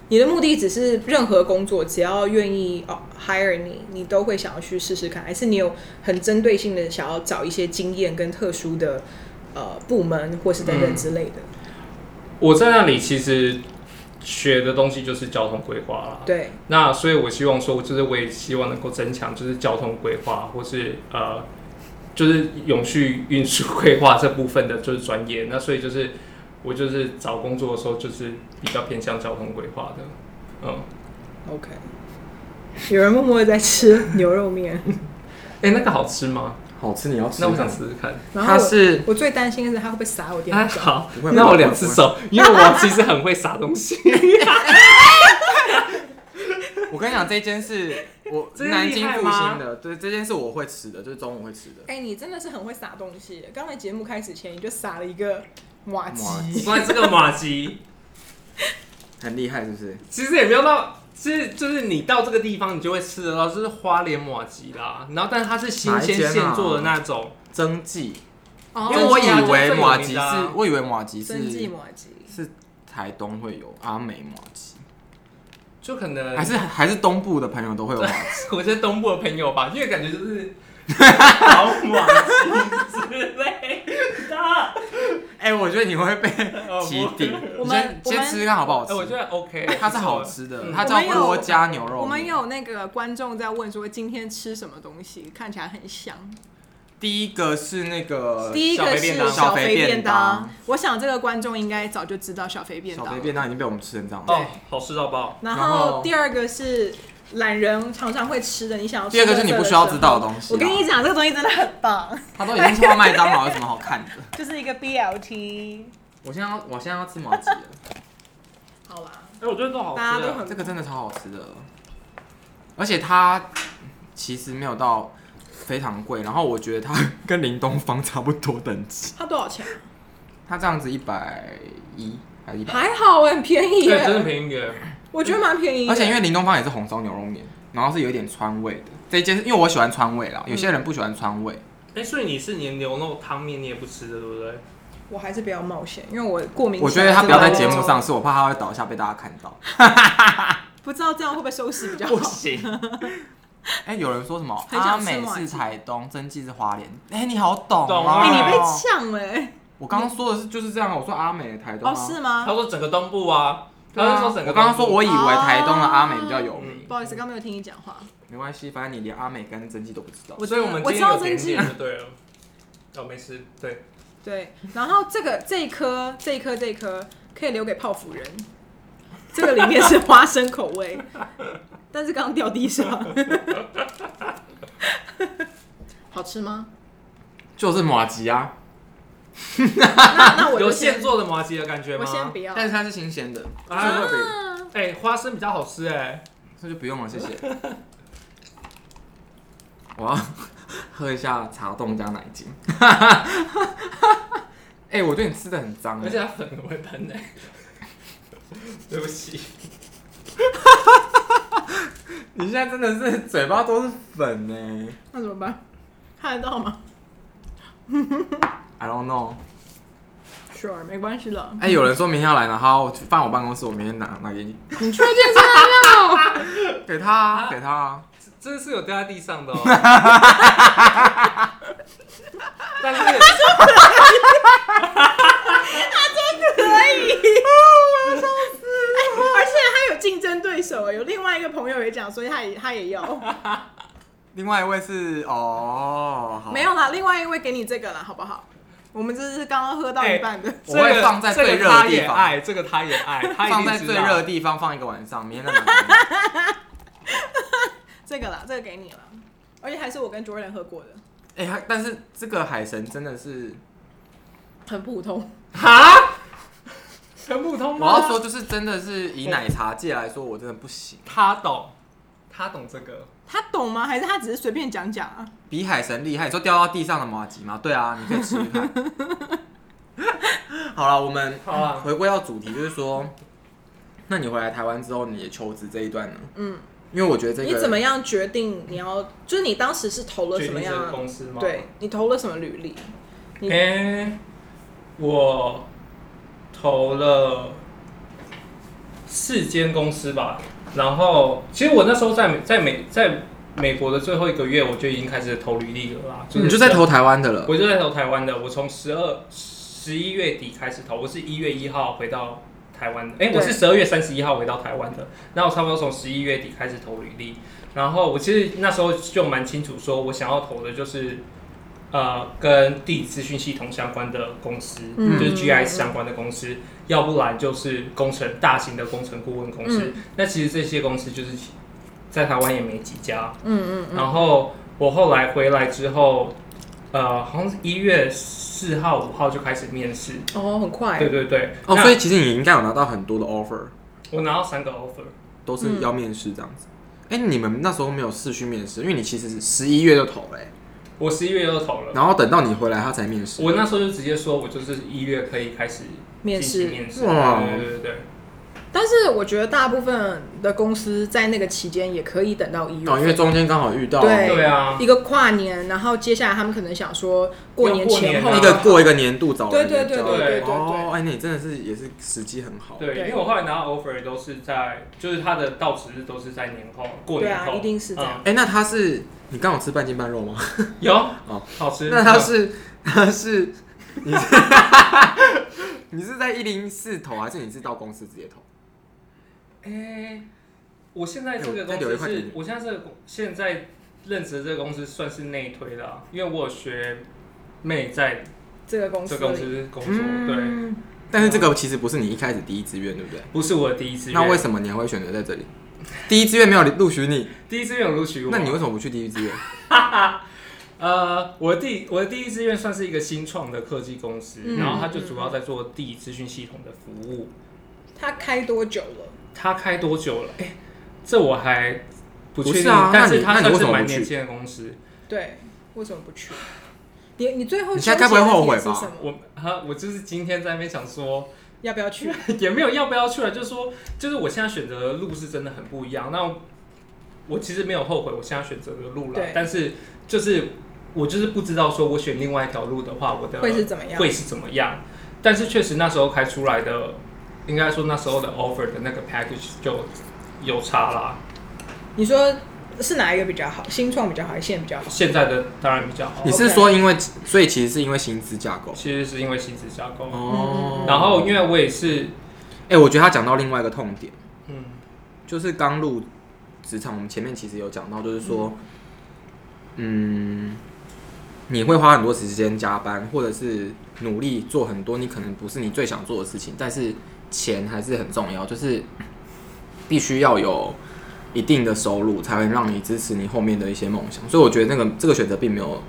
你的目的只是任何工作，只要愿意哦 hire 你，你都会想要去试试看，还是你有很针对性的想要找一些经验跟特殊的呃部门或是等等之类的？
我在那里其实学的东西就是交通规划啦。
对，
那所以我希望说，就是我也希望能够增强就是交通规划，或是呃，就是永续运输规划这部分的就是专业。那所以就是我就是找工作的时候，就是比较偏向交通规划的。嗯，
OK，有人默默地在吃牛肉面，
哎、那个好吃吗？
好吃你要吃
那
吗，
我想试试看。
然后
它
我
是
我最担心的是他会不会撒我电
哎、
话上。
好
不会，
那
不
我
会
两只
不会
手，因为我其实很会撒东西。
我跟你讲，这一间是我
这间
南
厉
京
害
复
吗
兴的，对，这间是我会吃的，就是中午会吃的。
哎、你真的是很会撒东西。刚才节目开始前，你就撒了一个马
麻
鸡，
关于这个马吉。
很厉害是不是？
其实也没有到，其实就是你到这个地方，你就会吃得到，就是花莲马吉啦。然后，但是它是新
哪
鲜
一间啊
现做的那种，
蒸记，
哦
因为我以为马
这
吉
是有名的
是
啊，
我以为马吉
生计
是
马鸡，
是台东会有阿美马吉，
就可能
还是还是东部的朋友都会有马吉。
我觉得东部的朋友吧，因为感觉就是 老马吉之类的。
哎，我觉得你会被
哦
起顶。
我
你
们
先
我们
先吃吃看好不好
哎，我觉
吃？
得 OK，
它是好吃的，它叫
我们有
锅加牛肉。
我们有那个观众在问说今天吃什么东西，看起来很香。
第一个是那个
第一
小
个
肥便
是
当
呃小肥
肥
便当
当，我想这个观众应该早就知道小肥便
小
当了。
肥便当已经被我们吃成这样了。
哦，好吃到爆！
然
然
后
后
第二个是懒人常常会吃的，你想要吃
第二个是你不需要知道的东
我
西啊啦
跟，你讲，这个东西真的很棒，
他都已经吃到麦当劳，有什么好看的？
就是一个 BLT，
我现在要我现在要吃毛鸡了，
好吧？
哎、我觉得都好吃
大家都
啊。
很
这个真的超好吃的，而且它其实没有到非常贵，然后我觉得它 跟林东方差不多等级，
它多少钱啊？
它这样子一百一还是一百，
还好，欸很便宜
对，
耶，
真的便宜耶。
我觉得蛮便宜的。
而且因为林东方也是红烧牛肉面，然后是有一点川味的。这一件是因为我喜欢川味啦，有些人不喜欢川味，
嗯
哎、所以你是连牛肉汤面你也不吃的，对不对？
我还是不要冒险，因为我过敏。
我觉得他不要在节目
嗯
上，，是我怕他会倒下被大家看到。
不知道这样会不会收视比较好。
行。哎、有人说什么
很
阿
想吃
美
麻
是
鸡
台东，真记是花莲。哎、你好懂
懂
啊！
啊
哎，你
哎
被呛了，欸
我刚刚说的是就是这样啊，我说阿美台东、啊。
哦，是
他
吗？
说整个东部啊，
对
他
啊。
是说整个
我刚刚说我以
部
为台
哦
东的阿美比较有名，
嗯
不好意思，刚没有听你讲话。
没关系，反正你连阿美跟真记都不知道。
我
所以我们
我
今
知
天
道
有
曾
甜
记
点就对了。哦，没事，对，
对，然后这个这一颗这一颗这一颗可以留给泡芙人，这个里面是花生口 味，但是刚刚掉地上，好吃 吗？
就是马吉啊，
那那我
有
就
现
先，
做的麻吉的感觉吗？
我先不要。
但是它是新鲜的，
啊
就是会比
哎、花生比较好吃哎、
那就不用了，谢谢。 我要喝一下茶冻加奶 精。哎、我觉得你吃的很脏哎、
而且它粉很会喷哎、 对不起，
你现在真的是嘴巴都是粉欸呢、
那怎么办？看得到吗
I don't know。
？Sure，没关系的。
哎、有人说明天要来，然后放我办公室，我明天拿拿给你。
你确定是他要？
给他、啊，给他、啊。
真的是有掉在地上的哦。但是
可以。
哦
哎 而且他有竞争对手，有另外一个朋友也讲，所以他也他也要。
另外一位是哦，好
没，有啦，另外一位给你这个啦，好不好？我们这是刚刚喝到一半的，
我会放在最热的地方，
这个他也爱，这个他也爱，他一定
放在
知
最
道
热的地方放一个晚上，明天再拿给你。
这个啦，这个给你了，而且还是我跟 Jordan 喝过的，
哎、他但是这个海神真的是，
很普通。
哈，很普通
我
吗？
要说就是真的是以奶茶界来说，我真的不行。
他懂，他懂这个，
他懂吗？还是他只是随便讲讲啊？
比海神厉害，你说掉到地上的马吉吗？对啊，你可以吃吃 看。好了，我们
好啊，
回归到主题，就是说，那你回来台湾之后，你的求职这一段呢？
嗯，
因为我觉得这个
你怎么样决定你要？就是你当时是投了
决
什么
定这个
样？
公司吗？
对，你投了什么履历？你
哎、我投了四间公司吧，然后其实我那时候在美在美在美国的最后一个月，我就已经开始投履历了啦，
嗯你就在投台湾的了？
我就在投台湾的，我从十二十一月底开始投，我是一月一号回到台湾的，哎、
对
我是十二月三十一号回到台湾的，那我差不多从十一月底开始投履历，然后我其实那时候就蛮清楚，说我想要投的就是。呃，跟地理资讯系统相关的公司，
嗯
就是 GIS 相关的公司，要不然就是工程大型的工程顾问公
嗯
司。那其实这些公司就是在台湾也没几家，
嗯嗯嗯，
然后我后来回来之后，呃，好像是一月四号、五号就开始面试。
哦，很快
对，对对，
哦，
那
所以其实你应该有拿到很多的 offer，
我拿到三个 offer，
都是
嗯
要面试这样子。哎、你们那时候没有试去面试，因为你其实十一月就投嘞、
我十一月就投了。
然后等到你回来他才面试。
我那时候就直接说，我就是一月可以开始
面
进
试。
行面试。
哇
对对对对，
但是我觉得大部分的公司在那个期间也可以等到一月
哦，因为中间刚好遇到
对
对啊
一个跨年，然后接下来他们可能想说过年前后
要啊
一个过一个年度找人
对对对
找
对对
人
对
对
哦，哎、那你真的是也是时机很好。
对，
对
因为我后来拿到 offer 都是在，就是他的到职日都是在年后过
对
年
啊，
后，
一定是这样。
哎、那他是你刚好吃半斤半肉吗？
嗯有
哦
好吃。
那他是他是你是你是在一零四投还是你是到公司直接投？
哎、我现在这个
哎我再留
公
一块
司
给
是
你，
我现在这个公现在任职的这个公司算是内推的、啊，因为我有学妹在
这个公司
这
里，
公司工作，对，
嗯，但是这个其实不是你一开始第一志愿，对不对？
不是我的第一志愿。
那为什么你还会选择在这里？第一志愿没有录取你，
第一志愿有录取我？
那你为什么不去第一志愿？
呃，我的第我的第一志愿算是一个新创的科技公司，
嗯
然后它就主要在做地资讯系统的服务。
他开多久了？
它开多久了？哎、这我还不确
不是
定，
啊
但是
那你
它
那你
算
为
是
什么
蛮
不去
年轻的公司。
对，为什么不去？你你最后
你现在该不会
纠结的
后悔
点是
吧
什么
我哈，我就是今天在那边想说，
要不要去？
也没有要不要去了，就是说，就是我现在选择的路是真的很不一样。那我其实没有后悔我现在选择的路了
对，
但是就是我就是不知道说我选另外一条路的话，我的
会是怎么样？
会是怎么样？但是确实那时候开出来的，应该说那时候的 offer 的那个 package 就有差啦。
你说是哪一个比较好？新创比较好，还是现在比较好？
现在的当然比较好
你，是说因为，所以其实是因为薪资架构
其实是因为薪资架构。
哦
嗯。
然后因为我也是，
哎、我觉得他讲到另外一个痛点，
嗯，
就是刚入职场，我们前面其实有讲到，就是说，嗯，你会花很多时间加班，或者是努力做很多你可能不是你最想做的事情，但是钱还是很重要，就是必须要有一定的收入，才能让你支持你后面的一些梦想。所以我觉得那个这个选择并没有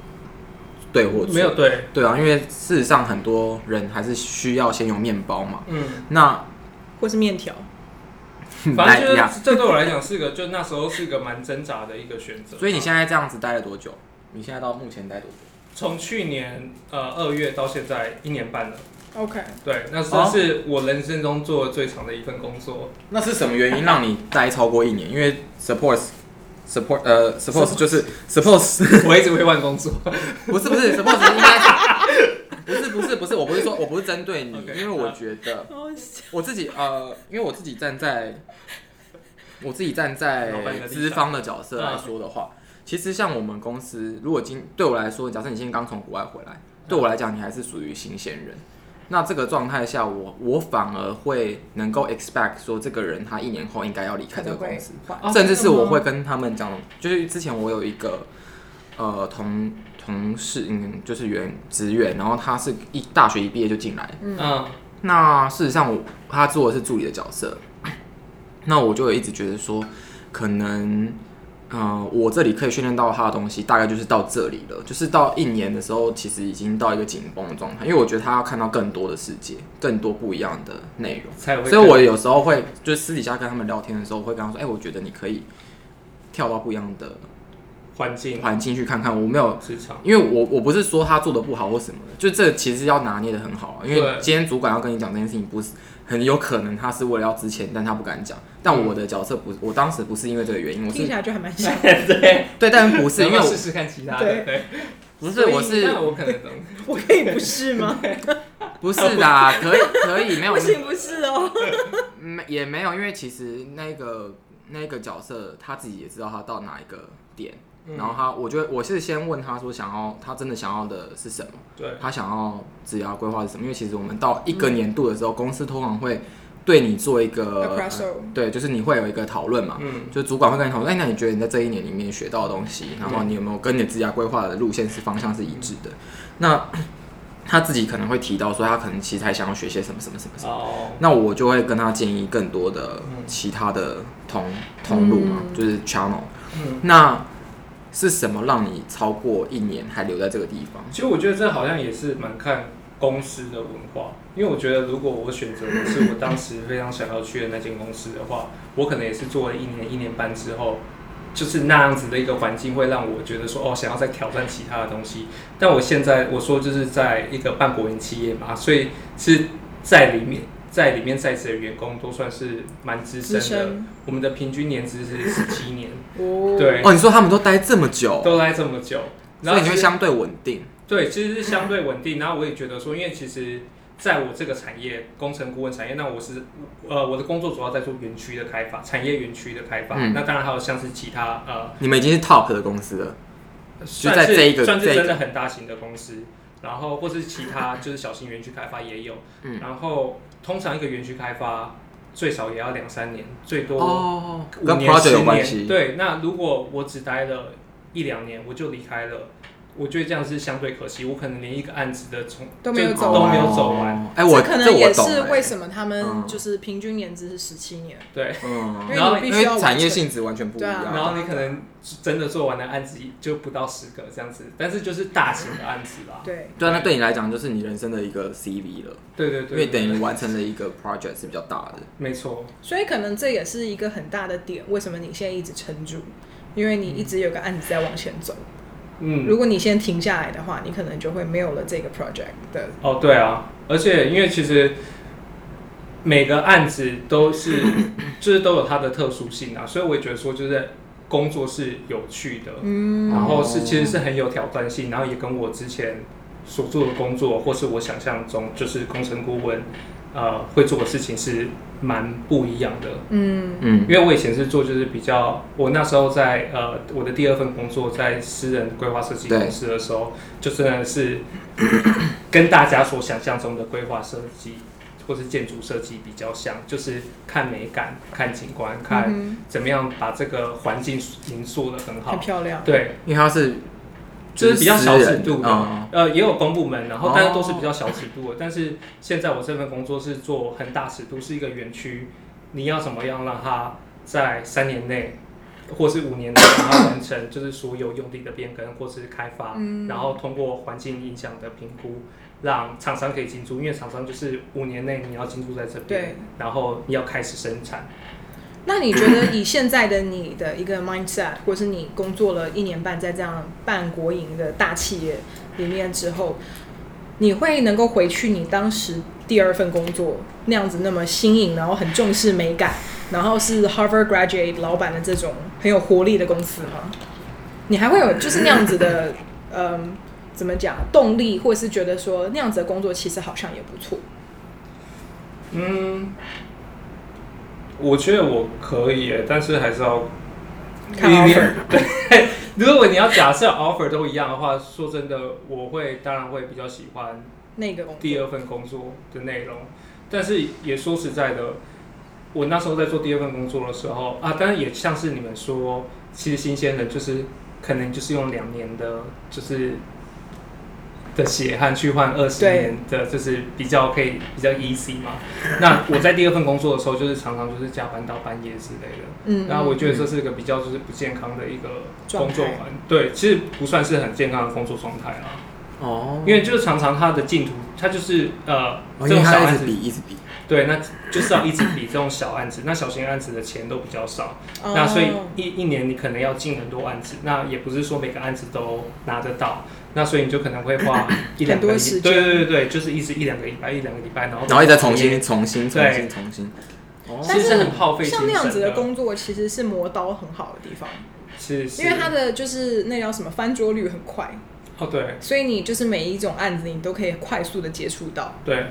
对或错，
没有对，
对啊，因为事实上很多人还是需要先有面包嘛。
嗯，
那
或是面条？
反正
来
就
呀
是这对我来讲是个，就那时候是个蛮挣扎的一个选择。
所以你现在这样子待了多久？你现在到目前待多久？
从去年呃二月到现在一年半了，
OK，
对，那
哦
这是我人生中做的最长的一份工作。
那是什么原因让你待超过一年？因为 support support 呃 support 就是 support
我一直会换工作，
不是不是 support 应该是不是不是不是我不是说我不是针对你
OK，
因为我觉得
好笑
我自己呃，因为我自己站在我自己站
老板的
在
立
资
场
方的角色
嗯
来说的话，其实像我们公司，如果今对我来说，假设你现在刚从国外回来，对我来讲，你还是属于新鲜人。那这个状态下，我我反而会能够 expect 说，这个人他一年后应该要离开这个公司，
可能
哦
甚至是
真的吗
我会跟他们讲，就是之前我有一个呃同同事，嗯，就是员职员，然后他是一大学一毕业就进来，
嗯，
那事实上我，他做的是助理的角色， 那我就有一直觉得说，可能，呃，我这里可以训练到他的东西，大概就是到这里了，就是到一年的时候，其实已经到一个紧绷的状态，因为我觉得他要看到更多的世界，更多不一样的内容，
才会。
所以我有时候会就是私底下跟他们聊天的时候，我会跟他说，哎、我觉得你可以跳到不一样的
环境
环境去看看，我没有
职场，
因为我我不是说他做的不好或什么的，就这其实要拿捏的很好啊。因为
对
今天主管要跟你讲这件事情，不是很有可能他是为了要值钱，但他不敢讲。但我的角色不，我当时不是因为这个原因，我
听
是
起来就还蛮像。
对，
对，但不是
是
因
因
为
为
我
试试看其他
对
的，对，
不是
所以
我是
那我可能懂。
我可以不是吗？
不是啦，可以可以没有
不行，不是哦。
没也没有，因为其实那个那个角色他自己也知道他到哪一个点，
嗯
然后他我觉得我是先问他说想要他真的想要的是什么。
对，
他想要职涯规划是什么？因为其实我们到一个
嗯
年度的时候，公司通常会对你做一个
A crossover
对，就是你会有一个讨论嘛，
嗯，
就主管会跟你讨论，哎，那你觉得你在这一年里面学到的东西，然
嗯
后你有没有跟你的职涯规划的路线是方向是一致的？那 他自己可能会提到说，他可能其实还想要学些什么什么什么什么。
哦，
那我就会跟他建议更多的其他的通通路嘛，
嗯
就是 channel。
嗯
那是什么让你超过一年还留在这个地方？
其实我觉得这好像也是蛮看公司的文化，因为我觉得如果我选择的是我当时非常想要去的那间公司的话，我可能也是做了一年一年半之后，就是那样子的一个环境会让我觉得说哦，想要再挑战其他的东西。但我现在我说就是在一个半国营企业嘛，所以是在里面。在里面在职的员工都算是蛮资深
资
的
深，
我们的平均年资是十七年，
哦
对
哦，你说他们都待这么久，
都待这么久，
所
然后
以你
其
会
实
相对稳定。
对，其实是
嗯
相对稳定。然后我也觉得说，因为其实在我这个产业，工程顾问产业，那我是呃我的工作主要在做园区的开发，产业园区的开发。
嗯
那当然还有像是其他呃，
你们已经是 top 的公司了，
算
在
是
这一个
算是
这一
真
个
的很大型的公司，然后或是其 他就是小型园区开发也有。
嗯
然后通常一个园区开发最少也要两三年，最多
哦
五
跟
年、十
project 有
年。
关系。
对，那如果我只待了一两年我就离开了，我觉得这样是相对可惜。我可能连一个案子的从
都没有走
都没有
完。
走完。
哎，我
这可能也
我懂
是
哎
为什么他
嗯
们就是平均年资是十七年，
对，
嗯，
因
然后
为你
因
必
为
须要完成
产业性质完全不一样。
对啊
然后你可能真的做完的案子就不到十个这样子，但是就是大型的案子啦。
对，
对啊，那对你来讲就是你人生的一个 CV 了，
对对
因
对，
为等于完成了一个 project 是比较大的。
没错，
所以可能这也是一个很大的点，为什么你现在一直撑住？因为你一直有个案子在往前走。
嗯，
如果你先停下来的话，你可能就会没有了这个 project 的。
哦，对啊，而且因为其实每个案子都是就是都有它的特殊性啊，所以我也觉得说就是工作是有趣的，嗯，然后是其实是很有挑战性，然后也跟我之前所做的工作或是我想象中就是工程顾问呃会做的事情是蛮不一样的，
嗯
嗯
因为我以前是做就是比较，我那时候在呃我的第二份工作在私人规划设计公司的时候，就真的是跟大家所想象中的规划设计或是建筑设计比较像，就是看美感、看景观、看
嗯
怎么样把这个环境营塑的很
哼，很
好。
漂亮。
对，
因为它是
就是比较小
私
尺
人
度的，
嗯
呃，也有公部门，然后但是都是
哦
比较小尺度的。但是现在我这份工作是做很大尺度，是一个园区，你要怎么样让它在三年内或是五年内让它完成，就是所有用地的变更或是开发，
嗯
然后通过环境影响的评估，让厂商可以进驻，因为厂商就是五年内你要进驻在这边
对，
然后你要开始生产。
那你觉得以现在的你的一个 mindset，或是你工作了一年半在这样办国营的大企业里面之后，你会能够回去你当时第二份工作那样子那么新颖，然后很重视美感，然后是 Harvard graduate 老板的这种很有活力的公司吗？你还会有就是那样子的，嗯，怎么讲动力，或是觉得说那样子的工作其实好像也不错？
嗯，我觉得我可以耶，但是还是要
看
你你
offer
对，如果你要假设 offer 都一样的话，说真的，我会当然会比较喜欢
那个工作
第二份工作的内容，但是也说实在的，我那时候在做第二份工作的时候啊，当然也像是你们说，其实新鲜人就是可能就是用两年的，就是的血汗去换二十
对
年的，就是比较可以比较 easy 嘛。那我在第二份工作的时候，就是常常就是加班到半夜之类的。
嗯，
然后我觉得这是一个比较就是不健康的一个
状态
工作环，对，其实不算是很健康的工作状态啦。
哦，
因为就是常常他的进度，他就是呃
哦
这
因为
种小
它
案
一直
子
比，，一直比，
对，那就是要一直比这种小案子，那小型案子的钱都比较少，
哦
那所以一一年你可能要进很多案子，那也不是说每个案子都拿得到，那所以你就可能会 花一两
很多
个礼，
时
对
间
对对对，就是一直一两个礼拜，一两个礼拜，然后
然后一直在重新、重新、重新、
对
重 新。哦
其实是很耗费精
像
神
那样子的，工作，其实是磨刀很好的地方，
是是
因为它的就是那叫什么翻桌率很快，
哦对。
所以你就是每一种案子你都可以快速的接触到。
对，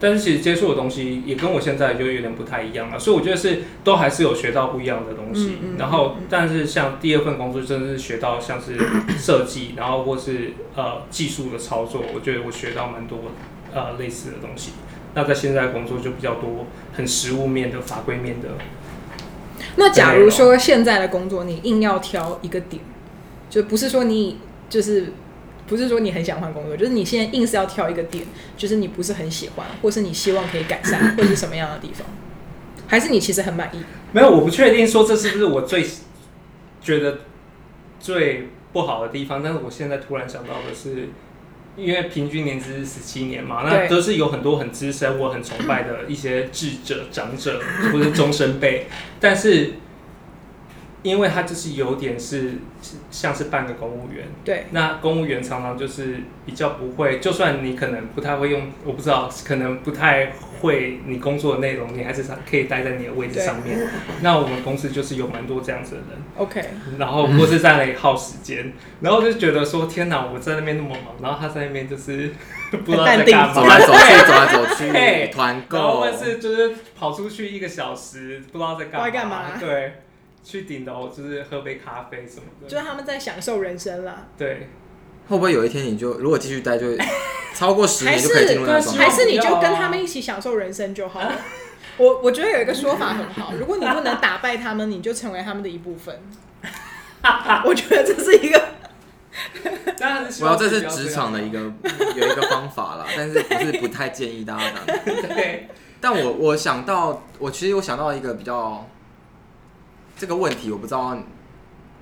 但是其实接触的东西也跟我现在就有点不太一样了，所以我觉得是都还是有学到不一样的东西。
嗯嗯
然后，但是像第二份工作，真的是学到 像是设计，然后或是呃技术的操作，我觉得我学到蛮多呃类似的东西。那在现在工作就比较多很实务面的、法规面的。
那假
哦
如说现在的工作，你硬要挑一个点，就不是说你就是不是说你很想换工作，就是你现在硬是要挑一个点，就是你不是很喜欢，或是你希望可以改善，或是什么样的地方，还是你其实很满意？
没有，我不确定说这是不是我最觉得最不好的地方，但是我现在突然想到的是，因为平均年资是十七年嘛，那
对
都是有很多很资深、我很崇拜的一些智者、长者或是终身辈，但是因为他就是有点是像是半个公务员，
对，
那公务员常常就是比较不会，就算你可能不太会用，我不知道，可能不太会你工作的内容，你还是可以待在你的位置上面。那我们公司就是有蛮多这样子的人，
，OK，
然 后或是在那里耗时间，然后就觉得说天哪，我在那边那么忙，然后他在那边就是 不知道在干
走
嘛
来。走去，走来走去
嘿，
团
然后
购
或。是就是跑出去一个小时，不知道在干
不
嘛，
知道干嘛
对，去顶楼就是喝杯咖啡什么的，
就是他们在享受人生啦。
对，
会不会有一天你就如果继续待， 就会超过十
还
年
是
就可以进入那个状
还
态？
是你就跟他们一起享受人生就 好了。 我我觉得有一个说法很好，如果你不能打败他们，你就成为他们的一部分。我觉得这是一个
但还是希
我要
望
这
自己
是
不要
职
样
场的一个有一个方法啦， 但是不是不太建议大家这样。
对，
但我我想到，我其实我想到一个比较这个问题，我不知道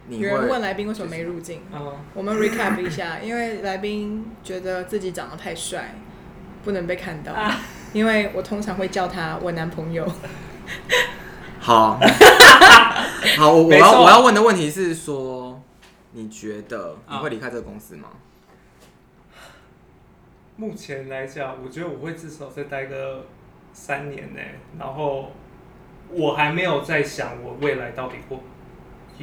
你
有人问
会
来宾为什么没入境。
嗯，
我们 recap 一下，因为来宾觉得自己长得太帅，不能被看到。
啊
因为我通常会叫他我男朋 友，
好好，我我
没
要
错
我要问的问题是说，你觉得
啊
你会离开这个公司吗？
目前来讲，我觉得我会至少再待个三年呢、然后我还没有在想我未来到底会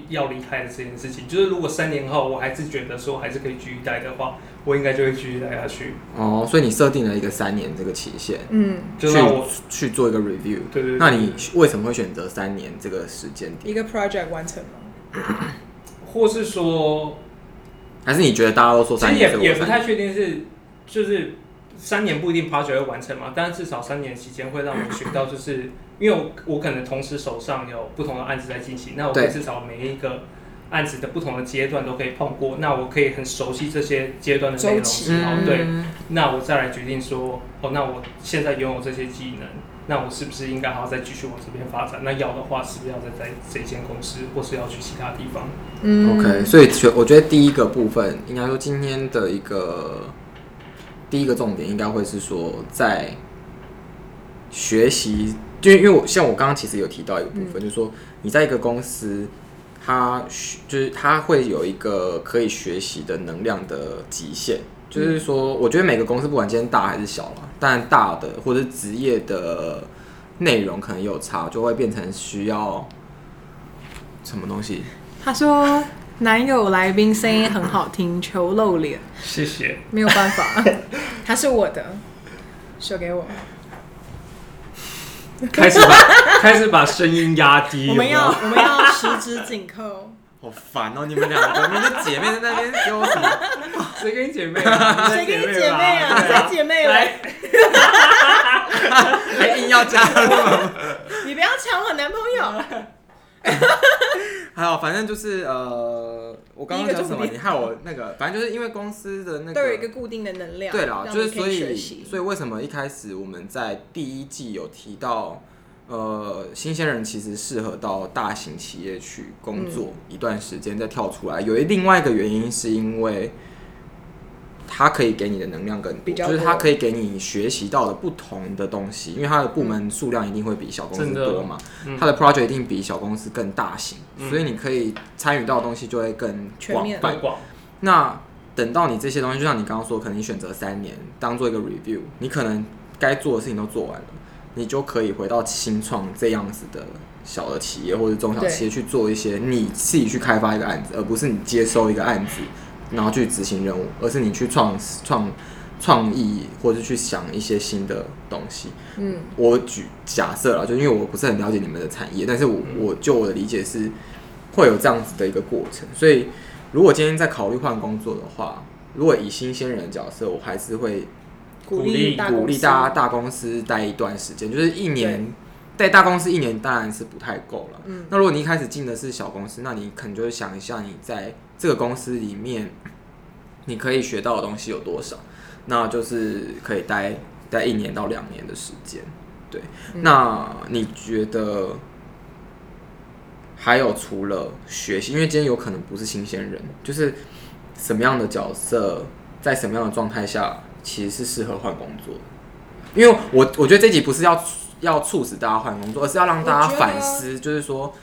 要离开的这件事情。就是如果三年后我还是觉得说还是可以继续待的话，我应该就会继续待下去。
哦，所以你设定了一个三年这个期限，
嗯，
就
去
让我
去做一个 review。
对对对
那你为什么会选择三年这个时间点？
一个 project 完成了。
或是说，
还是你觉得大家都说
其
三
实
年，
也
所以
也
我
不
三
太
年？
确定是就是三年不一定 project 会完成嘛，但是至少三年期间会让我学到，就是因为我我可能同时手上有不同的案子在进行，那我
对
会至少每一个案子的不同的阶段都可以碰过，那我可以很熟悉这些阶段的内容
周期
之后，哦对，
嗯
那我再来决定说，哦，那我现在拥有这些技能。那我是不是应该还要再继续往这边发展？那要的话，是不是要再在这间公司，或是要去其他地方？
嗯
OK，所以觉我觉得第一个部分应该说今天的一个第一个重点应该会是说在学习，就因为我像我刚刚其实有提到一个部分，就是说你在一个公司，它学就是它会有一个可以学习的能量的极限。就是说，我觉得每个公司不管今天大还是小了，但大的或者职业的内容可能有差，就会变成需要什么东西？
他说男友来宾声音很好听，求露脸，
谢谢。
没有办 法，他是我的，手给我。
开始把开始把声音压低
啊
我们 要我们要十指紧扣，
好烦哦！你们两个，你们的姐妹在那边给我什么？
谁跟你姐妹啊？
谁跟你姐妹啊？
对
谁姐妹来？
还硬要加入？
你不要抢我男朋友。
啊还有，反正就是呃，我刚刚讲什
第一个
么？
重点
你害我那个，反正就是因为公司的那
都有一
个
个。固定的能量，
对啦，
让
就是
你可
所
以
以
学习
所以为什么一开始我们在第一季有提到，呃，新鲜人其实适合到大型企业去工
嗯
作一段时间再跳出来，有一另外一个原因是因为。它可以给你的能量更
比
多，
较
就是
多
它可以给你学习到的不同的东西，因为它的部门数量一定会比小公司
真的
多嘛，
嗯
它的 project 一定比小公司更大型，
嗯
所以你可以参与到的东西就会更
全
广
面
泛
推。广
那等到你这些东西，就像你刚刚说，可能你选择三年当做一个 review，你可能该做的事情都做完了，你就可以回到新创这样子的小的企业或者中小企业去做一些你自己去开发一个案子，而不是你接收一个案子然后去执行任务，而是你去创创创意或者去想一些新的东西。
嗯，
我举假设啦，就因为我不是很了解你们的产业，但是我我就我的理解是会有这样子的一个过程。所以如果今天在考虑换工作的话，如果以新鲜人的角色，我还是会
鼓
鼓励
大
鼓
公
励
司
大家大公司待一段时间，就是一年。在大公司一年当然是不太够了。
嗯
那如果你一开始进的是小公司，那你可能就会想一下你在这个公司里面你可以学到的东西有多少，那就是可以待待一年到两年的时间。对，那你觉得还有除了学习，因为今天有可能不是新鲜人，就是什么样的角色，在什么样的状态下，其实是适合换工作的？因为我我觉得这集不是要要促使大家换工作，而是要让大家
我觉得
反思，就是说，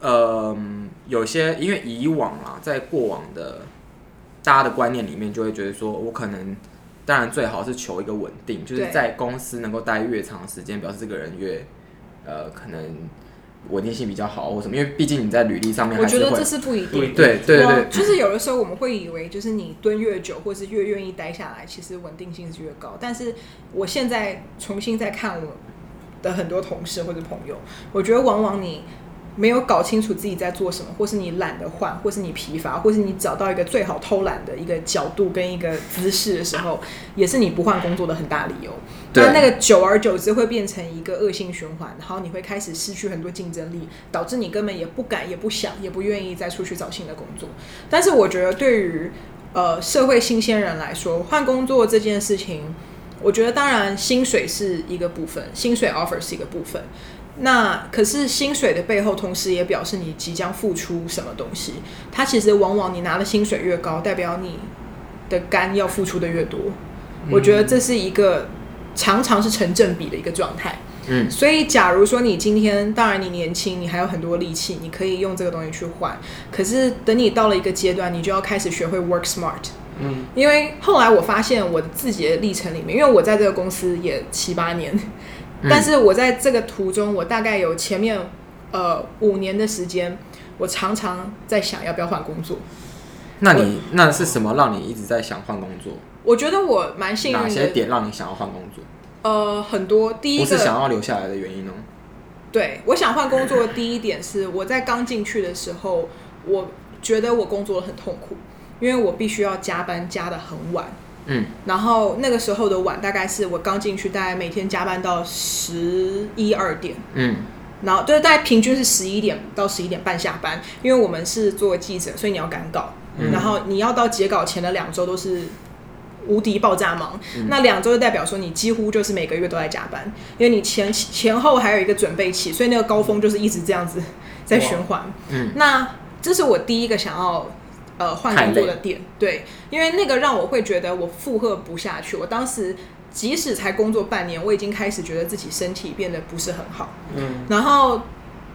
嗯，有些因为以往啦，在过往的大家的观念里面，就会觉得说我可能。当然，最好是求一个稳定，就是
对
在公司能够待越长时间，表示这个人越呃可能稳定性比较好或什么，因为毕竟你在履历上面
我
还
觉
是
得
会
这是不一定。
对
对对对
啊
对
就是有的时候我们会以为，就是你蹲越久，或是越愿意待下来，其实稳定性是越高。但是我现在重新再看我的很多同事或者朋友，我觉得往往你没有搞清楚自己在做什么，或是你懒得换，或是你疲乏，或是你找到一个最好偷懒的一个角度跟一个姿势的时候，也是你不换工作的很大理由。
对
但那个久而久之会变成一个恶性循环，然后你会开始失去很多竞争力，导致你根本也不敢、也不想、也不愿意再出去找新的工作。但是我觉得对于呃社会新鲜人来说，换工作这件事情，我觉得当然薪水是一个部分，薪水 offer 是一个部分。那可是薪水的背后，同时也表示你即将付出什么东西。它其实往往你拿的薪水越高，代表你的肝要付出的越多。我觉得这是一个常常是成正比的一个状态。
嗯，
所以假如说你今天，当然你年轻，你还有很多力气，你可以用这个东西去换。可是等你到了一个阶段，你就要开始学会 work smart。
嗯，
因为后来我发现我自己的历程里面，因为我在这个公司也七八年，
嗯
但是我在这个途中，我大概有前面呃五年的时间，我常常在想要不要换工作。
那你那是什么让你一直在想换工作？
我觉得我蛮幸
哪
运
些
的，
点让你想要换工作？
呃，很多第一
不是想
个，
要留下来的原因哦。
对我想换工作的第一点是我在刚进去的时候，我觉得我工作得很痛苦，因为我必须要加班加的很晚。
嗯，
然后那个时候的晚大概是我刚进去，大概每天加班到十一二点，
嗯
然后就是大概平均是十一点到十一点半下班，因为我们是做记者，所以你要赶稿，
嗯
然后你要到截稿前的两周都是无敌爆炸忙，
嗯
那两周就代表说你几乎就是每个月都在加班，因为你前前后还有一个准备期，所以那个高峰就是一直这样子在循环。
嗯
那这是我第一个想要呃换工作的点，对，因为那个让我会觉得我负荷不下去。我当时即使才工作半年，我已经开始觉得自己身体变得不是很好。
嗯，
然后，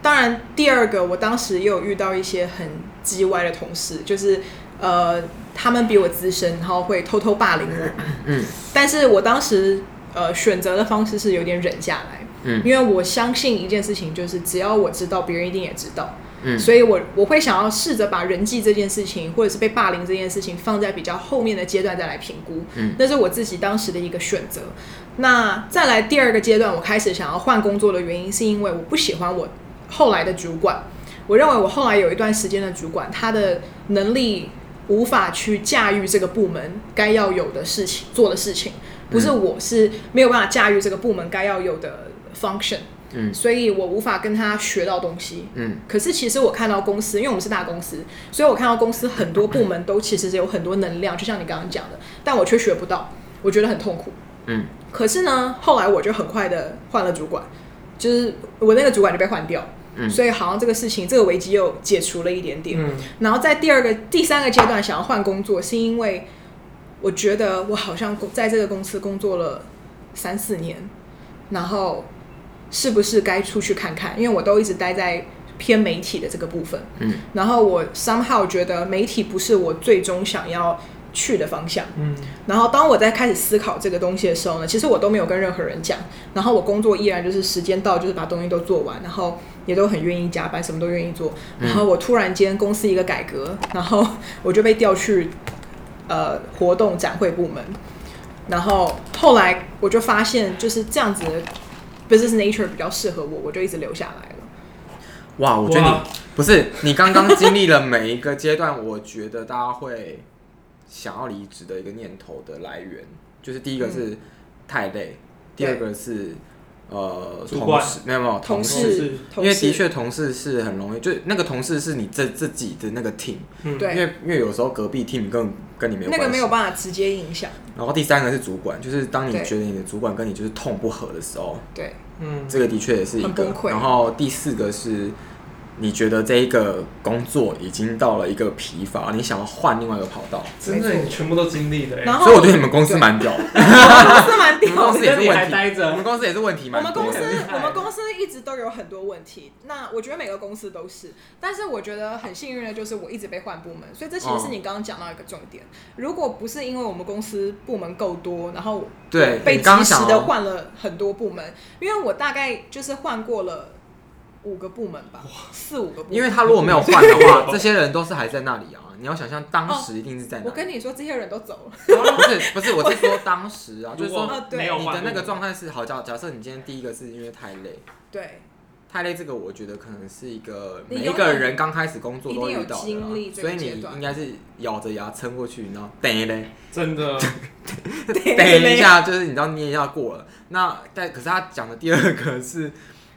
当然第二个，我当时也有遇到一些很叽歪的同事，就是呃，他们比我资深，然后会偷偷霸凌我。
嗯，
但是我当时呃选择的方式是有点忍下来，
嗯
因为我相信一件事情，就是只要我知道，别人一定也知道。
嗯
所以我我会想要试着把人际这件事情，或者是被霸凌这件事情，放在比较后面的阶段再来评估。
嗯，
那是我自己当时的一个选择。那再来第二个阶段，我开始想要换工作的原因，是因为我不喜欢我后来的主管。我认为我后来有一段时间的主管，他的能力无法去驾驭这个部门该要有的事情做的事情，不
嗯
是我是没有办法驾驭这个部门该要有的 function，
嗯
所以我无法跟他学到东西。
嗯
可是其实我看到公司，因为我们是大公司，所以我看到公司很多部门都其实有很多能量，就像你刚刚讲的，但我却学不到，我觉得很痛苦。
嗯，
可是呢，后来我就很快的换了主管，就是我那个主管就被换掉，
嗯
所以好像这个事情这个危机又解除了一点点。
嗯
然后在第二个、第三个阶段想要换工作，是因为我觉得我好像工在这个公司工作了三四年，然后是不是该出去看看？因为我都一直待在偏媒体的这个部分，
嗯，
然后我 somehow 觉得媒体不是我最终想要去的方向。
嗯
然后当我在开始思考这个东西的时候呢，其实我都没有跟任何人讲。然后我工作依然就是时间到，就是把东西都做完，然后也都很愿意加班，什么都愿意做。
嗯
然后我突然间公司一个改革，然后我就被调去呃活动展会部门。然后后来我就发现，就是这样子的 business nature 比较适合我，我就一直留下来了。
哇，我觉得
哇
你不是你刚刚经历了每一个阶段，我觉得大家会想要离职的一个念头的来源，就是第一个
嗯
是太累，第二个是呃
主
同
管
事，没有没有
同
事
事，
事，
因
同
为
事
的确同事是很容易，就是那个同事是你自自己的那个 team，
嗯，
因
对
为因为有时候隔壁 team 跟跟你没有
那个
关
没
系
有。办法直接影响，
然后第三个是主管，就是当你
对
觉得你的主管跟你就是痛不合的时候，
对
嗯
这个的确也是一
很
个
崩。溃
然后第四个是，你觉得这一个工作已经到了一个疲乏，你想要换另外一个跑道，
真的
没错
你全部都经历了欸，
然后
所以我觉得你们公司蛮屌的，
公司蛮
你们
屌
公
的
司。也是
那你
问
还
题，
哦
待着
我们公司也是问题
我
蛮
们
多
公司
的。
很厉害
我们公司一直都有很多问题，那我觉得每个公司都是，但是我觉得很幸运的就是我一直被换部门，所以这其实
哦
是你刚刚讲到一个重点。如果不是因为我们公司部门够多，然后
对，
被
你刚刚
及时
想哦
的
要
换了很多部门，因为我大概就是换过了五个部门吧，四五个部门。
因为他如果没有换的话， 这些人都是还在那里啊。你要想象当时一定是在
我
哪里，
跟你说，这些人都走了，
不是不是，我是说当时啊，就是
如果
说
啊对
没有
你
换
的那个
状，
状态是好。假假设你今天第一个是因为太累，
对，
太累这个，我觉得可能是一个
你
每一
永
个
远
人刚开始工作
一
都
定有
遇到的
经历
啦，
这
所
个
以
阶
你
段
应该是咬着牙撑过去，然后 等嘞，
真的，
等一下，就是你知道捏一下过了。那但可是他讲的第二个是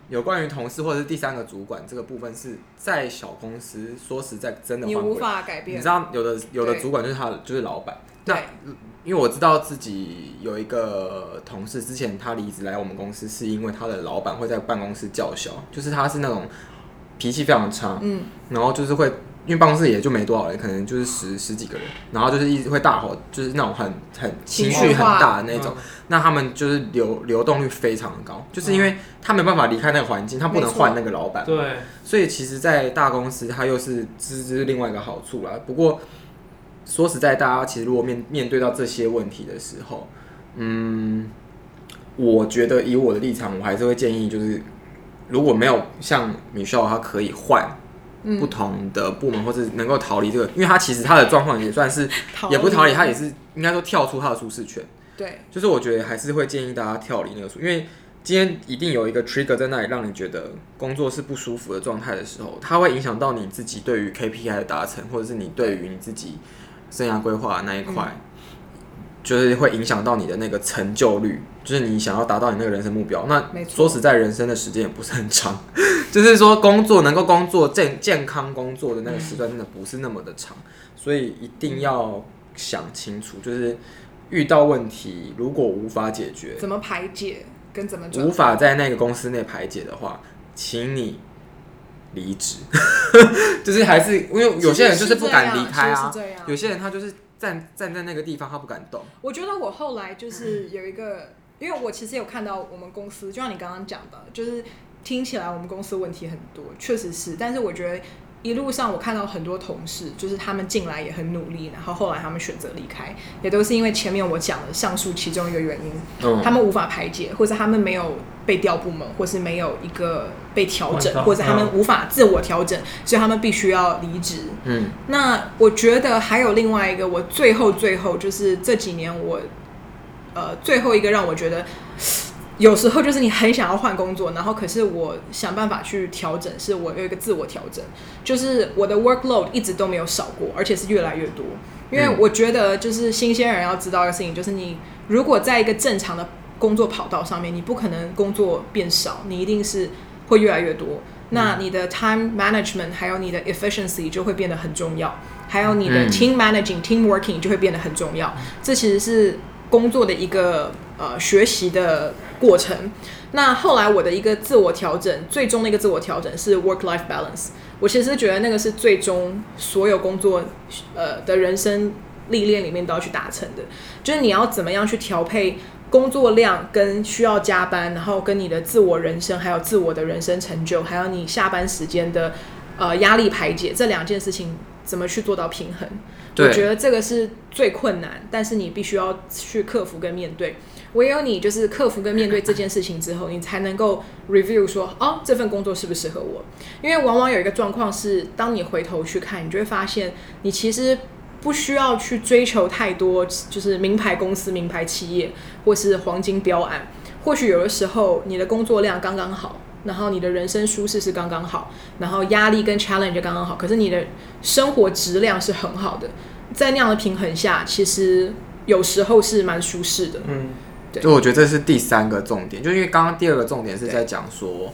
有关于同事或者是第三个主管这个部分，是在小公司说实在真的
你
换
无
不了。
法改
你
变
知。道有的有的
对
主管就是他的就是老板，那
对，
因为我知道自己有一个同事，之前他离职来我们公司，是因为他的老板会在办公室叫嚣，就是他是那种脾气非常差，
嗯，
然后就是会因为办公室也就没多少人，可能就是十十几个人，然后就是一直会大吼，就是那种很很情绪很大的那种。
嗯
那他们就是流流动率非常的高，就是因为他没办法离开那个环境，他不能
嗯没错
换那个老板，
对，
所以其实，在大公司它又是这这是另外一个好处啦。不过说实在，大家其实如果面面对到这些问题的时候，嗯，我觉得以我的立场，我还是会建议，就是如果没有像 Michelle，他可以换。不同的部门，或是能够逃离这个，因为他其实他的状况也算是，也不是 逃离，他也是应该说跳出他的舒适圈。
对，
就是我觉得还是会建议大家跳离那个舒，因为今天一定有一个 trigger 在那里，让你觉得工作是不舒服的状态的时候，它会影响到你自己对于 KPI 的达成，或者是你对于你自己生涯规划的那一块，
嗯
就是会影响到你的那个成就率，就是你想要达到你那个人生目标。那
没错
说实在，人生的时间也不是很长， 就是说工作能够工作健健康工作的那个时
嗯
段真的不是那么的长，所以一定要想清
嗯
楚，就是遇到问题如果无法解决，
怎么排解跟怎么转
无法在那个公司内排解的话，请你离 职。就是还是因为有些人就是不敢离开啊
其实是，这样
有些人他就是站站在那个地方，他不敢动。
我觉得我后来就是有一个，因为我其实有看到我们公司，就像你刚刚讲的，就是听起来我们公司问题很多，确实是，但是我觉得。一路上，我看到很多同事，就是他们进来也很努力，然后后来他们选择离开，也都是因为前面我讲的上述其中一个原因，
嗯
他们无法排解，或者他们没有被调部门，或是没有一个被调整
管道，
或者他们
嗯
无法自我调整，所以他们必须要离职。
嗯
那我觉得还有另外一个，我最后最后就是这几年我，呃，最后一个让我觉得，有时候就是你很想要换工作，然后可是我想办法去调整，是我有一个自我调整，就是我的 workload 一直都没有少过，而且是越来越多。因为
嗯
我觉得就是新鲜人要知道一个事情，就是你如果在一个正常的工作跑道上面，你不可能工作变少，你一定是会越来越多。那你的 time management 还有你的 efficiency 就会变得很重要，还有你的
嗯
team managing、team working 就会变得很重要。这其实是工作的一个呃学习的过程。那后来我的一个自我调整，最终的一个自我调整是 work life balance。我其实觉得那个是最终所有工作呃的人生历练里面都要去达成的，就是你要怎么样去调配工作量跟需要加班，然后跟你的自我人生，还有自我的人生成就，还有你下班时间的呃压力排解这两件事情怎么去做到平衡？
对
我觉得这个是最困难，但是你必须要去克服跟面对。唯有你就是克服跟面对这件事情之后，你才能够 review 说，哦，这份工作适不适合我？因为往往有一个状况是，当你回头去看，你就会发现，你其实不需要去追求太多，就是名牌公司、名牌企业或是黄金标案。或许有的时候，你的工作量刚刚好，然后你的人生舒适是刚刚好，然后压力跟 challenge 就刚刚好，可是你的生活质量是很好的。在那样的平衡下，其实有时候是蛮舒适的。
嗯，
对
就我觉得这是第三个重点，就因为刚刚第二个重点是在讲说，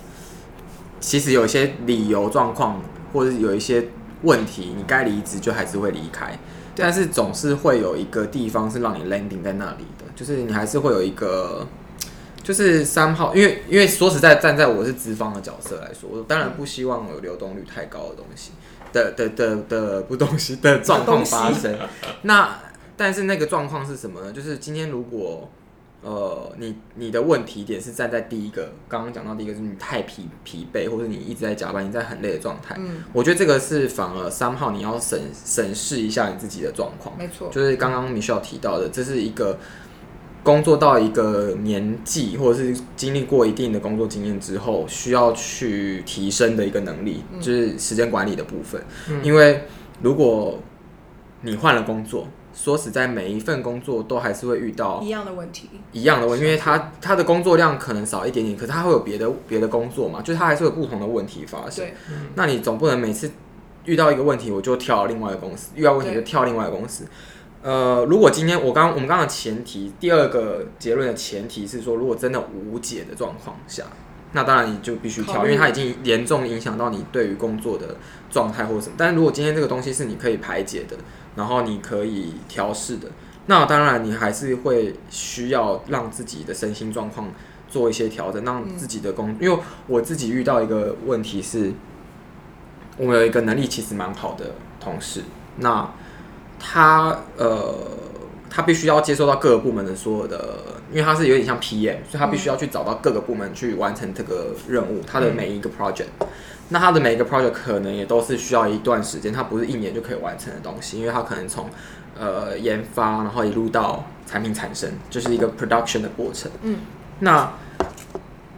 其实有一些理由状况或者有一些问题，你该离职就还是会离开，但是总是会有一个地方是让你 landing 在那里的，就是你还是会有一个。就是三号，因为因为说实在，站在我是资方的角色来说，我当然不希望有流动率太高的东西的的的的不东西的状况发生。那但是那个状况是什么呢？就是今天如果呃，你你的问题点是站在第一个，刚刚讲到第一个是你太疲疲惫，或者你一直在加班，你在很累的状态。
嗯，
我觉得这个是反而三号你要审审视一下你自己的状况，
没错，
就是刚刚 Michelle 提到的，这是一个工作到一个年纪，或者是经历过一定的工作经验之后，需要去提升的一个能力，
嗯
就是时间管理的部分。因为如果你换了工作，说实在，每一份工作都还是会遇到
一样的问题。
一样的问题，因为他他的工作量可能少一点点，可是他会有别的别的工作嘛，就是他还是有不同的问题发生。
对，
那你总不能每次遇到一个问题我就跳另外一个公司，遇到问题就
对
跳另外一个公司。呃，如果今天我刚我们刚刚的前提，第二个结论的前提是说，如果真的无解的状况下，那当然你就必须
考
跳，
虑
因为它已经严重影响到你对于工作的状态或者什么。但如果今天这个东西是你可以排解的，然后你可以调试的，那当然你还是会需要让自己的身心状况做一些调整，让自己的工。因为我自己遇到一个问题是，我有一个能力其实蛮好的同事，那他呃，他必须要接受到各个部门的所有的，因为他是有点像 PM，所以他必须要去找到各个部门去完成这个任务，他的每一个 project。那他的每一个 project 可能也都是需要一段时间，它不是一年就可以完成的东西，因为它可能从呃研发，然后一路到产品产生，就是一个 production 的过程。
嗯，
那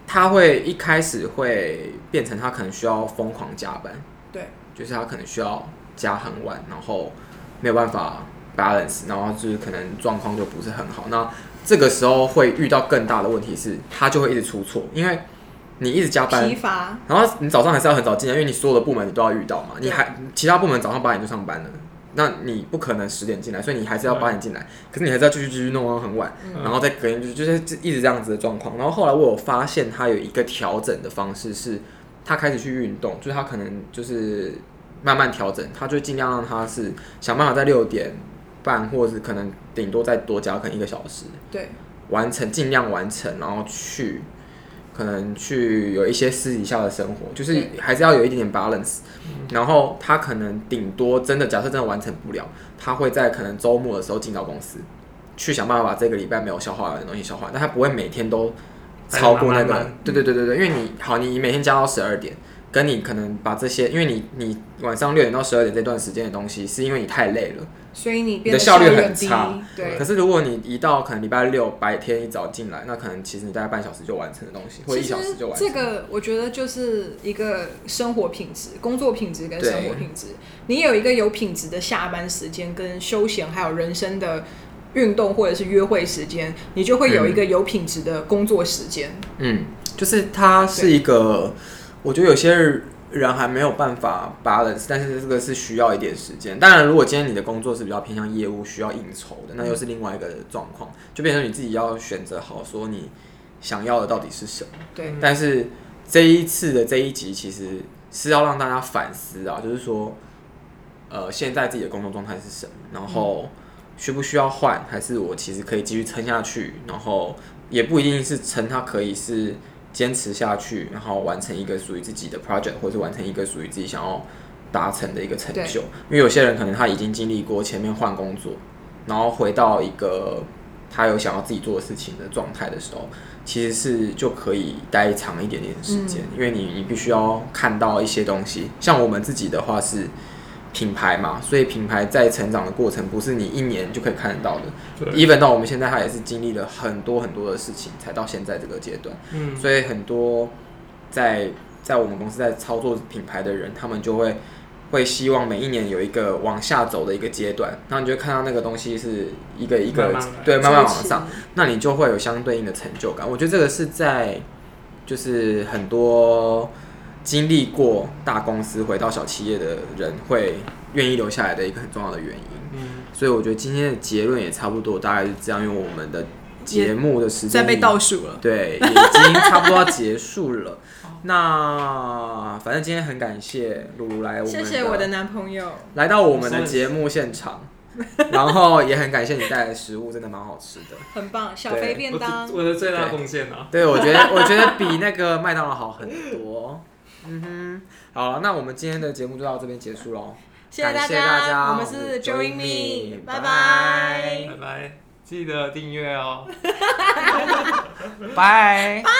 他会一开始会变成他可能需要疯狂加班，
对，
就是他可能需要加很晚，然后没有办法 balance，然后就是可能状况就不是很好。那这个时候会遇到更大的问题是，他就会一直出错，因为你一直加班
疲，乏，
然后你早上还是要很早进来，因为你所有的部门你都要遇到嘛。
对
你还其他部门早上八点就上班了，那你不可能十点进来，所以你还是要
对
八点进来。可是你还是要继续继续弄到很晚，
嗯
然后再隔天就就是一直这样子的状况。然后后来我有发现他有一个调整的方式是，他开始去运动，就是他可能就是慢慢调整，他就尽量让他是想办法在六点半，或者是可能顶多再多加可能一个小时，
对，
完成，尽量完成，然后去可能去有一些私底下的生活，就是
对
还是要有一点点 balance。然
嗯
后他可能顶多真的，假设真的完成不了，他会在可能周末的时候进到公司，去想办法把这个礼拜没有消化完的东西消化完，但他不会每天都超过那
还是慢
个
慢。
对对对对对，因为你好，你每天加到十二点。跟你可能把这些，因为你你晚上六点到十二点这段时间的东西，是因为你太累了，
所以你
你
变
的
得
效率很
很低
差。
对
可，是如果你一到可能礼拜六白天一早进来，那可能其实你大概半小时就完成的东西，或者一
其
小时
实
就完成。
这个我觉得就是一个生活品质、工作品质跟
对
生活品质。你有一个有品质的下班时间、跟休闲还有人生的运动或者是约会时间，你就会有一个有品质的工作时间。
嗯，就是它是一个，我觉得有些人还没有办法 balance，但是这个是需要一点时间。当然，如果今天你的工作是比较偏向业务，需要应酬的，那又是另外一个状况，就变成你自己要选择好说你想要的到底是什么。
对，
但是这一次的这一集其实是要让大家反思啊，就是说，呃，现在自己的工作状态是什么，然后需不需要换，还是我其实可以继续撑下去，然后也不一定是撑，它可以是坚持下去，然后完成一个属于自己的 project，或是完成一个属于自己想要达成的一个成就。因为有些人可能他已经经历过前面换工作，然后回到一个他有想要自己做的事情的状态的时候，其实是就可以待长一点点的时间，因为你你必须要看到一些东西。像我们自己的话是品牌嘛，所以品牌在成长的过程不是你一年就可以看得到的。
对，
even 到我们现在，他也是经历了很多很多的事情，才到现在这个阶段。
嗯，
所以很多在在我们公司在操作品牌的人，他们就会会希望每一年有一个往下走的一个阶段，然后你就会看到那个东西是一个一个
慢慢来
对慢慢往
支持
上，那你就会有相对应的成就感。我觉得这个是在就是很多经历过大公司回到小企业的人会愿意留下来的一个很重要的原因。
嗯，
所以我觉得今天的结论也差不多，大概是这样，因为我们的节目的时间
在被
已
倒数了。
对，已经差不多要结束 了。
哦
那反正今天很感谢露露来我们
谢谢我的男朋友，
来到我们的节目现场，然后也很感谢你带来的食物，真的蛮好吃的。
很棒，小
对
肥便
我
当
的。我的最大贡献啊，
对，我觉得我觉得比那个麦当劳好很多。嗯哼，好了，那我们今天的节目就到这边结束喽。
谢谢
感
大
谢大家
我们
我是
是
Join
Join Me，
Me，
拜
拜
拜
拜。拜，记得订阅哦。
拜。
拜。